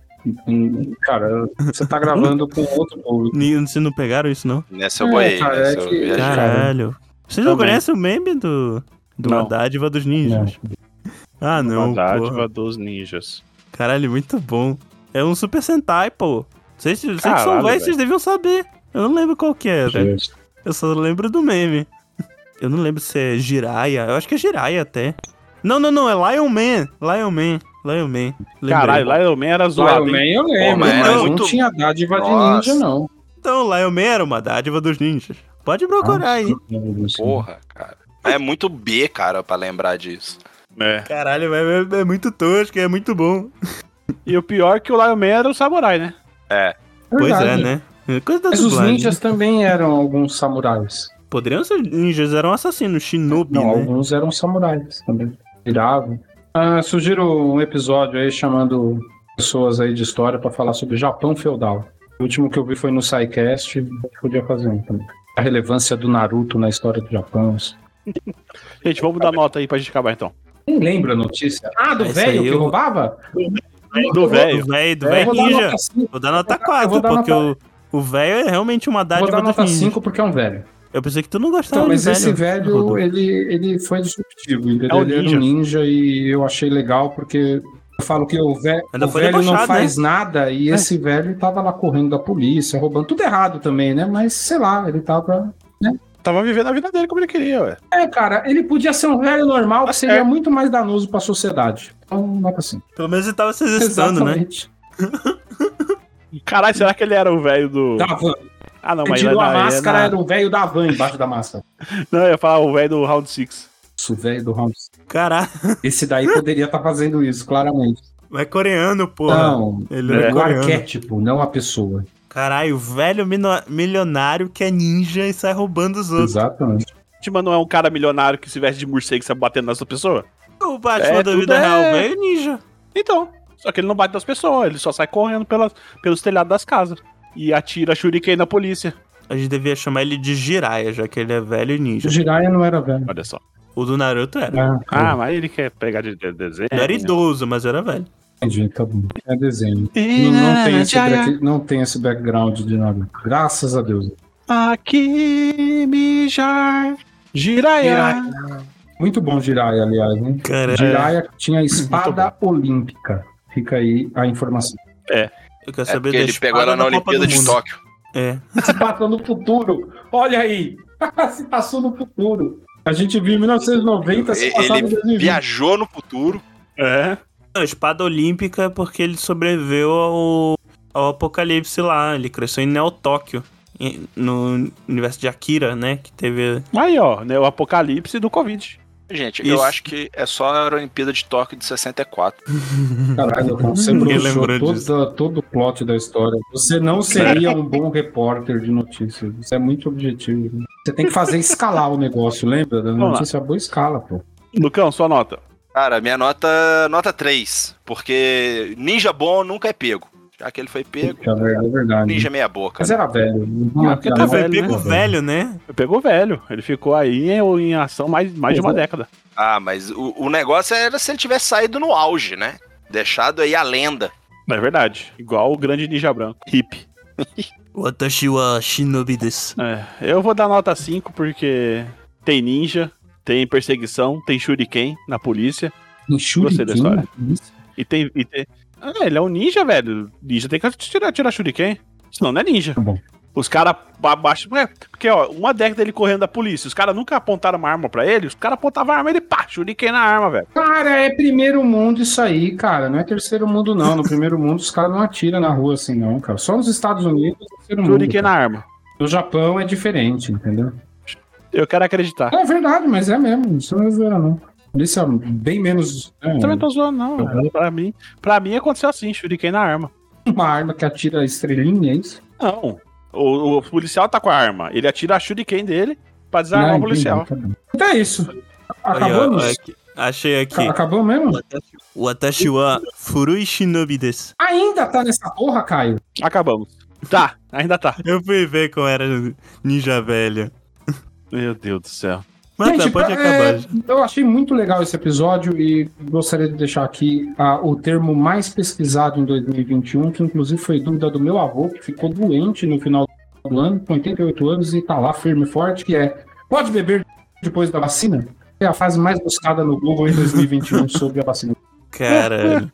hum, Cara, você tá gravando com outro público.
Ni- Vocês não pegaram isso, não?
Nessa eu
É,
boiei.
cara,
nessa
é
eu
que-
viajei.
Cara,
Caralho. Vocês não
Também.
conhecem o meme do. do Uma
Não.
dádiva dos ninjas? Ah, não. porra.
dos ninjas.
Caralho, muito bom. É um Super Sentai, pô. Vocês, vocês que são
Caralho,
velhos, vocês deviam saber. Eu não lembro qual que era.
Gente.
Eu só lembro do meme. Eu não lembro se é Jiraya. Eu acho que é Jiraya até. Não, não, não. É Lion Man. Lion Man. Lion Man. Lembrei.
Caralho, Lion Man era
Lion
zoado. hein?
Man eu lembro,
Pô, mas
mas,
era
não
muito-
tinha dádiva
Nossa.
de ninja, não.
Então, Lion Man era uma dádiva dos ninjas. Pode procurar aí.
Porra, cara. É muito B, cara, pra lembrar disso.
É.
Caralho, é, é- é muito tosco, é muito bom.
E o pior é que o Lion Man era o samurai, né?
Pois é,
Verdade.
né? É Coisa da
Mas os
dublagem.
ninjas também eram alguns samurais.
Poderiam ser ninjas, eram assassinos, shinobi,
Não,
né?
alguns eram samurais também. Viravam. Ah, sugiro um episódio aí chamando pessoas aí de história pra falar sobre Japão feudal. O último que eu vi foi no SciCast, a gente podia fazer um também. A relevância do Naruto na história do Japão. isso.
Gente, vamos dar nota aí pra gente acabar então.
Quem lembra a notícia? Ah, do
Esse
velho
aí
que
eu-
roubava?
Do velho.
Do velho, do
É, eu
velho
vou dar
ninja.
nota cinco.
Vou dar nota
Eu vou dar- eu
4,
vou dar
porque o, o velho é realmente uma
Vou
dádiva
dar
dos
nota
ninjas.
5 porque é um velho.
Eu pensei que tu não gostava
Então,
de
mas
velho.
esse velho,
Rodolfo.
ele, ele foi disruptivo,
É
entendeu?
um
ele era um ninja e eu achei legal porque eu falo que o, ve
Ainda
o
foi
velho não
debochado, né? É.
faz nada e esse velho tava lá correndo da polícia, roubando tudo errado também, né? Mas sei lá, ele tava.
Tava vivendo a vida dele como ele queria, ué.
É, cara, ele podia ser um velho normal
Tá
que seria
é.
certo.
muito mais danoso pra sociedade. Então, nota assim.
Pelo menos ele tava se exercitando, né?
Caralho, será que ele era o velho do.
Da van.
Ah, não,
Ele
mas
tirou
não,
a
ele é
máscara, né?
na-
era o velho da van embaixo da máscara.
Não, eu ia falar o velho do Round 6.
Isso, velho do Ramos.
Caralho,
Esse daí poderia estar fazendo isso, claramente.
mas é coreano, porra.
Não,
ele era
é.
o
coreano.
arquétipo, não a pessoa.
Caralho, o velho mino- milionário que é ninja e sai roubando os outros.
Exatamente.
Batman não é um cara milionário que se veste de morcego e sai batendo nas outras pessoas?
O Batman
É,
da
tudo
vida
é-
real, o velho ninja.
Então. Só que ele não bate nas pessoas, ele só sai correndo pelas, pelos telhados das casas. E atira shuriken na polícia.
A gente devia chamar ele de Jiraiya, já que ele é velho ninja.
O Jiraiya não era velho.
Olha só.
O do Naruto era.
Ah, mas ele quer pegar de de- desenho.
Não era idoso, mas era velho.
entendi, tá bom. É desenho. Não,
né,
não tem esse back- não tem esse background de Naruto. Graças a Deus.
Aqui, mijar. Jiraiya.
Muito bom Jiraiya, aliás, hein?
Cara,
Jiraiya tinha a espada olímpica. Fica aí a informação.
eu quero
É
saber
porque
da
ele
espada
pegou ela na
da Copa
Olimpíada
do
de
Mundo.
Tóquio.
É.
Se passou no futuro. Olha aí. Se passou no futuro. A gente viu em 1990, se
Ele-
passava em
ele
Uhum.
2020.
Viajou no futuro.
É.
Não, espada olímpica é porque ele sobreviveu ao, ao apocalipse lá. Ele cresceu em Neo Tóquio, em- no universo de Akira, né? Que teve.
Aí, ó, né, o apocalipse do Covid.
Gente,
Isso.
eu acho que é só a Olimpíada de Tóquio de 64.
Caralho, cara, você
Uhum. Ninguém
bruxou
lembrou
toda-
disso.
todo o plot da história. Você não seria um bom repórter de notícias. Isso é muito objetivo. né? Você tem que fazer escalar o negócio, lembra? Da
Vamos lá.
notícia é boa escala, pô.
Lucão, sua nota.
Cara, minha nota nota 3, porque ninja bom nunca é pego. Já que ele foi pego,
É verdade, é verdade.
ninja meia boca.
Mas
né?
era velho.
Ah, porque tá
Ele
Não,
foi
velho,
pego
né?
velho, né?
Pegou velho. Ele ficou aí em, em ação mais, mais de uma
Exato.
década.
é-
Ah, mas o, o negócio era se ele tivesse saído no auge, né? Deixado aí a lenda.
É verdade. Igual o grande ninja branco. Hip.
Watashi wa shinobi desu.
É, eu vou dar nota 5 porque tem ninja, tem perseguição, tem shuriken na polícia
Em Shuriken,
Gostei da história.
isso.
e tem... E tem... Ah, ele é um ninja, velho. Ninja tem que tirar, tirar shuriken. Senão não é ninja.
Tá bom.
Os caras abaixo. é, Porque, ó, uma década ele correndo da polícia. Os caras nunca apontaram uma arma pra ele. Os caras apontavam a arma e ele, pá, shuriken na arma, velho.
Cara, é primeiro mundo isso aí, cara. Não é terceiro mundo, não. No primeiro mundo, os caras não atiram na rua assim, não, cara. Só nos Estados Unidos é terceiro mundo.
Shuriken
cara.
na arma.
No Japão é diferente, entendeu?
Eu quero acreditar.
É verdade, mas é mesmo. Isso não é zoeira, não. Polícia bem menos. né,
Também tô zoando, não.
Uhum.
velho. Pra mim, pra mim aconteceu assim, shuriken na arma.
Uma arma que atira estrelinha, é isso?
Não. O, o policial tá com a arma. Ele atira a shuriken dele pra desarmar
Não,
o é policial. é
entendi, tá bom. Então é isso. Acabamos?
Aí, ó, aqui. Achei aqui.
Acabou mesmo?
Watashi wa furui shinobi desu.
Ainda tá nessa porra, Caio?
Acabamos. Tá, ainda tá.
Eu fui ver qual era ninja velho.
Meu Deus do céu.
Mas tá,
Gente,
pode
é,
acabar.
eu achei muito legal esse episódio e gostaria de deixar aqui ah, o termo mais pesquisado em 2021, que inclusive foi dúvida do meu avô, que ficou doente no final do ano, com 88 anos, e tá lá firme e forte, que é pode beber depois da vacina? É a frase mais buscada no Google em 2021 sobre a vacina.
Caralho.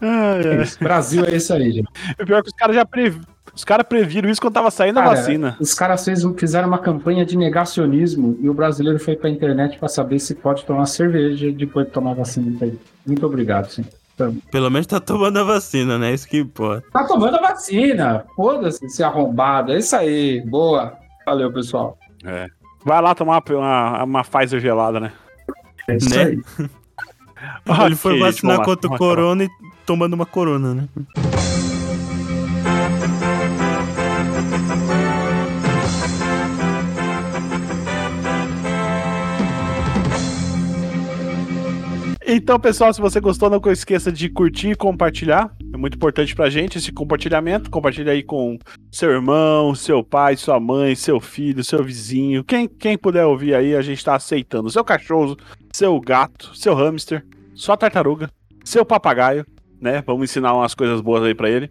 Ai, ai.
Brasil é esse aí, gente.
O pior é que os caras já previ... os caras previram isso quando tava saindo a
Cara,
vacina.
Os caras fez- um, fizeram uma campanha de negacionismo e o brasileiro foi pra internet pra saber se pode tomar cerveja depois de tomar vacina. Muito obrigado, sim.
Pelo menos tá tomando a vacina, né? Isso que importa.
Tá tomando a vacina. Foda-se, se arrombado. É isso aí. Boa. Valeu, pessoal.
Vai lá tomar uma, uma, uma Pfizer gelada, né?
É isso
Né?
aí.
Ele foi
Ok,
vacinar
vamos lá,
contra o
vamos lá.
corona e tomando uma corona, né?
Então, pessoal, se você gostou, não esqueça de curtir e compartilhar. É muito importante pra gente esse compartilhamento. Compartilha aí com seu irmão, seu pai, sua mãe, seu filho, seu vizinho. Quem, quem puder ouvir aí, a gente tá aceitando. Seu cachorro, seu gato, seu hamster, sua tartaruga, seu papagaio, né? Vamos ensinar umas coisas boas aí pra ele.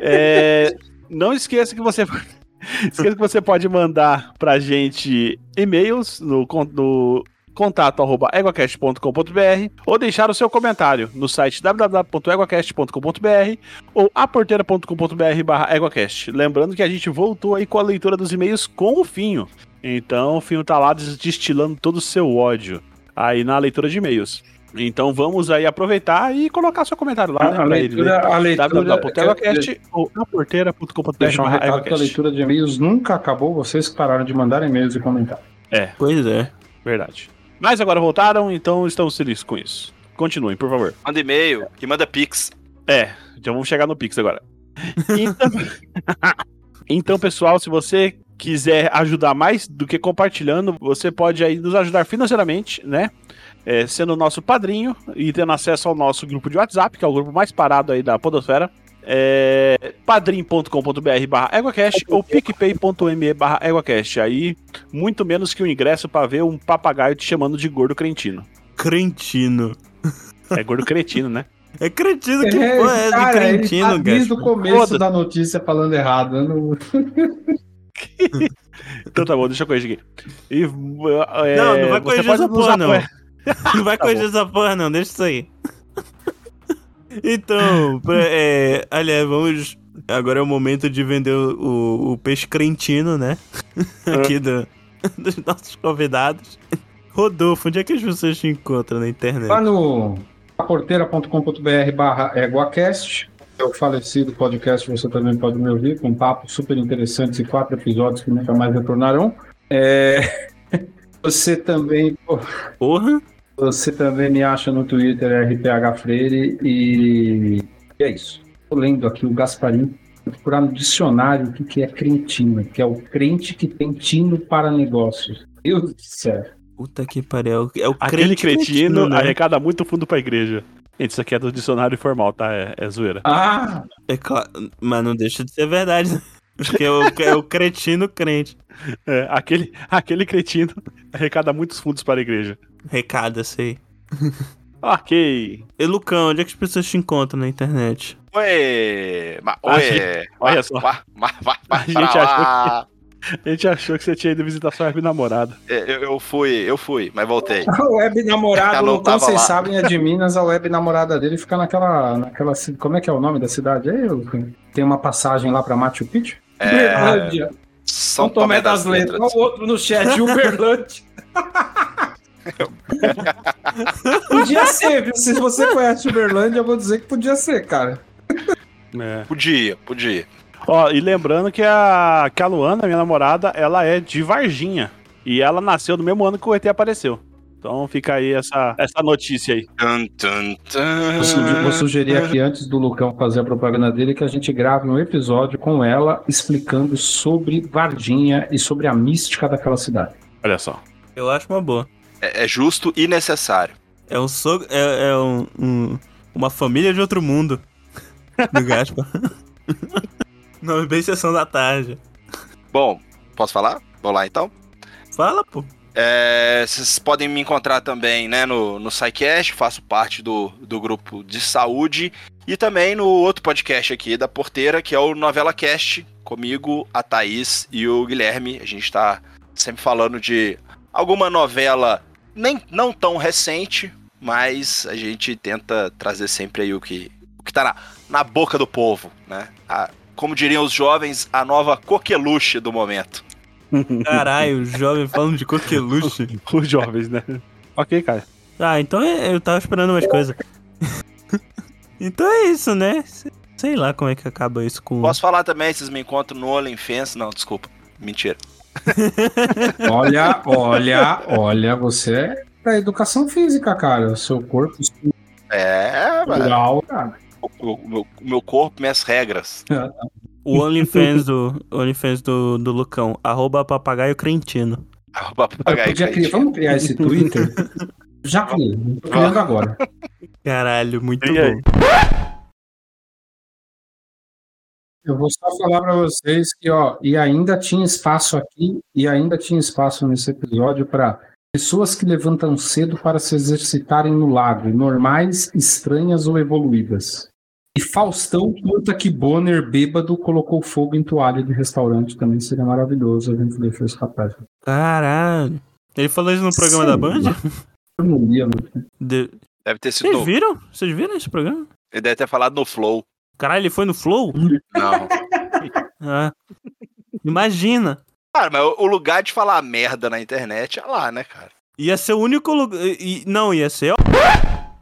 É, não esqueça que você esqueça que você pode mandar pra gente e-mails no, con- no contato@eguacast.com.br ou deixar o seu comentário no site www.eguacast.com.br ou aporteira.com.br/eguacast. Lembrando que a gente voltou aí com a leitura dos e-mails com o Finho. Então o Finho tá lá des- destilando todo o seu ódio aí na leitura de e-mails. Então vamos aí aproveitar e colocar seu comentário lá, né,
A
pra ele ler.
leitura, a leitura,
www.eguacast ou aporteira.com.br.
deixar um recado que a leitura de e-mails nunca acabou. Vocês que pararam de mandar e-mails e comentar.
Pois é.
Verdade. Mas agora voltaram, então estamos felizes com isso. Continuem, por favor.
Manda e-mail e manda pix.
É, já vamos chegar no Pix agora. Então, Então, pessoal, se você quiser ajudar mais do que compartilhando, você pode aí nos ajudar financeiramente, né? É, sendo nosso padrinho e tendo acesso ao nosso grupo de WhatsApp, que é o grupo mais parado aí da Podosfera. É padrim.com.br barra EguaCast ou picpay.me barra EguaCast. Aí, muito menos que um ingresso pra ver um papagaio te chamando de gordo crentino.
Crentino.
É gordo cretino, né?
É cretino que porra é de
cara, ele tá
crentino,
desde o
cara.
começo
Foda-se.
da notícia falando errado. Eu não-
Então tá bom, deixa eu corrigir aqui. E, é,
Não, não vai
você
corrigir
pode
essa
nos
porra, não.
apoiar-
Não vai
Tá
corrigir essa porra, não, deixa isso aí. Então, pra- é, aliás, vamos. Agora é o momento de vender o, o- o peixe crentino, né?
É.
Aqui do- dos nossos convidados. Rodolfo, onde é que as pessoas te encontram na
Lá
internet?
no aporteira.com.br barra eguacast, é o falecido podcast, você também pode me ouvir, um com papos super interessantes e quatro episódios que nunca mais retornarão. É... Você também,
Porra.
você também me acha no Twitter RPH Freire e, e é isso. Tô lendo aqui o Gasparim vou procurar no dicionário o que que é crentina, que é o crente que tem tino para negócios. Meu Deus do céu.
Puta que pariu. É o
Aquele
crente
cretino
né?
arrecada muito fundo pra igreja. Gente, isso aqui é do dicionário formal, tá? É, é zoeira.
Ah,
É claro, mas não deixa de ser verdade. né? Porque é o, é o cretino crente.
É, aquele, aquele cretino arrecada muitos fundos para a igreja.
Recado, esse aí.
Ok.
E Lucão, onde é que as pessoas te encontram na internet?
Ué! Ma,
Ah,
ué!
Olha só,
Ma, ma, ma,
A
ma,
gente
pra
achou
lá.
a gente achou que você tinha ido visitar sua namorada.
É, Eu, eu fui, eu fui, mas voltei.
A web namorada,
Ela não
como
tava
vocês
lá.
sabem, é de Minas, a web namorada dele fica naquela, naquela. ci- Como é que é o nome da cidade? É, eu- tem uma passagem lá pra Machu Picchu?
É, São Tomé das Letras.
Olha o outro no chat, Uberlândia. podia ser, viu? Se você conhece Uberlândia, eu vou dizer que podia ser, cara.
É.
Podia, podia.
Ó, e lembrando que a, que a Luana, minha namorada, ela é de Varginha. E ela nasceu no mesmo ano que o ET apareceu. Então fica aí essa, essa notícia aí.
Tum, tum, tum.
Eu suge- vou sugerir aqui, antes do Lucão fazer a propaganda dele, que a gente grave um episódio com ela explicando sobre Vardinha e sobre a mística daquela cidade.
Olha só.
Eu acho uma boa.
É, é justo e necessário.
É um sogro. É, é um, um- uma família de outro mundo. Do Gaspar. Nome bem sessão da tarde.
Bom, posso falar? Vou lá então.
Fala, pô.
É, vocês podem me encontrar também né, no, no SciCast, faço parte do, do grupo de saúde e também no outro podcast aqui da Porteira, que é o Novela Cast, comigo, a Thaís e o Guilherme. A gente está sempre falando de alguma novela nem não tão recente, mas a gente tenta trazer sempre aí o que, o que tá na, na boca do povo, né? A- como diriam os jovens, a nova coqueluche do momento.
É,
Caralho, o jovem falando de coqueluche.
Os jovens, né? Ok, cara.
Ah, então é- eu tava esperando umas coisas. então é isso, né? Se- Sei lá como é que acaba isso com.
Posso falar também, vocês me encontram no Olimfense. Não, desculpa. Mentira.
Olha, olha, olha, você é da educação física, cara. O seu corpo
É, mano.
estrutural, cara.
O meu, o meu corpo, minhas regras.
O OnlyFans do, OnlyFans do, do Lucão, arroba papagaio crentino.
Arroba
Eu
papagaio
podia criar-
crente.
vamos criar esse Twitter? Já criei, tô criando agora.
Caralho, muito
E aí?
bom.
Eu vou só falar pra vocês que, ó, e ainda tinha espaço aqui, e ainda tinha espaço nesse episódio pra pessoas que levantam cedo para se exercitarem no lago, normais, estranhas ou evoluídas. E Faustão conta que Bonner bêbado colocou fogo em toalha de restaurante, também seria maravilhoso, a gente deixou esse rapaz.
Caralho. Ele falou isso no programa
Sim.
da Band?
Eu não né? lia, mano.
De-
Deve ter sido.
Vocês
No,
viram? Vocês viram esse programa?
ele deve ter falado no Flow.
Caralho, ele foi no Flow?
Não.
Ah. Imagina.
Cara, mas o o lugar de falar merda na internet é lá, né, cara?
Ia ser o único lugar. e- e- não, ia ser.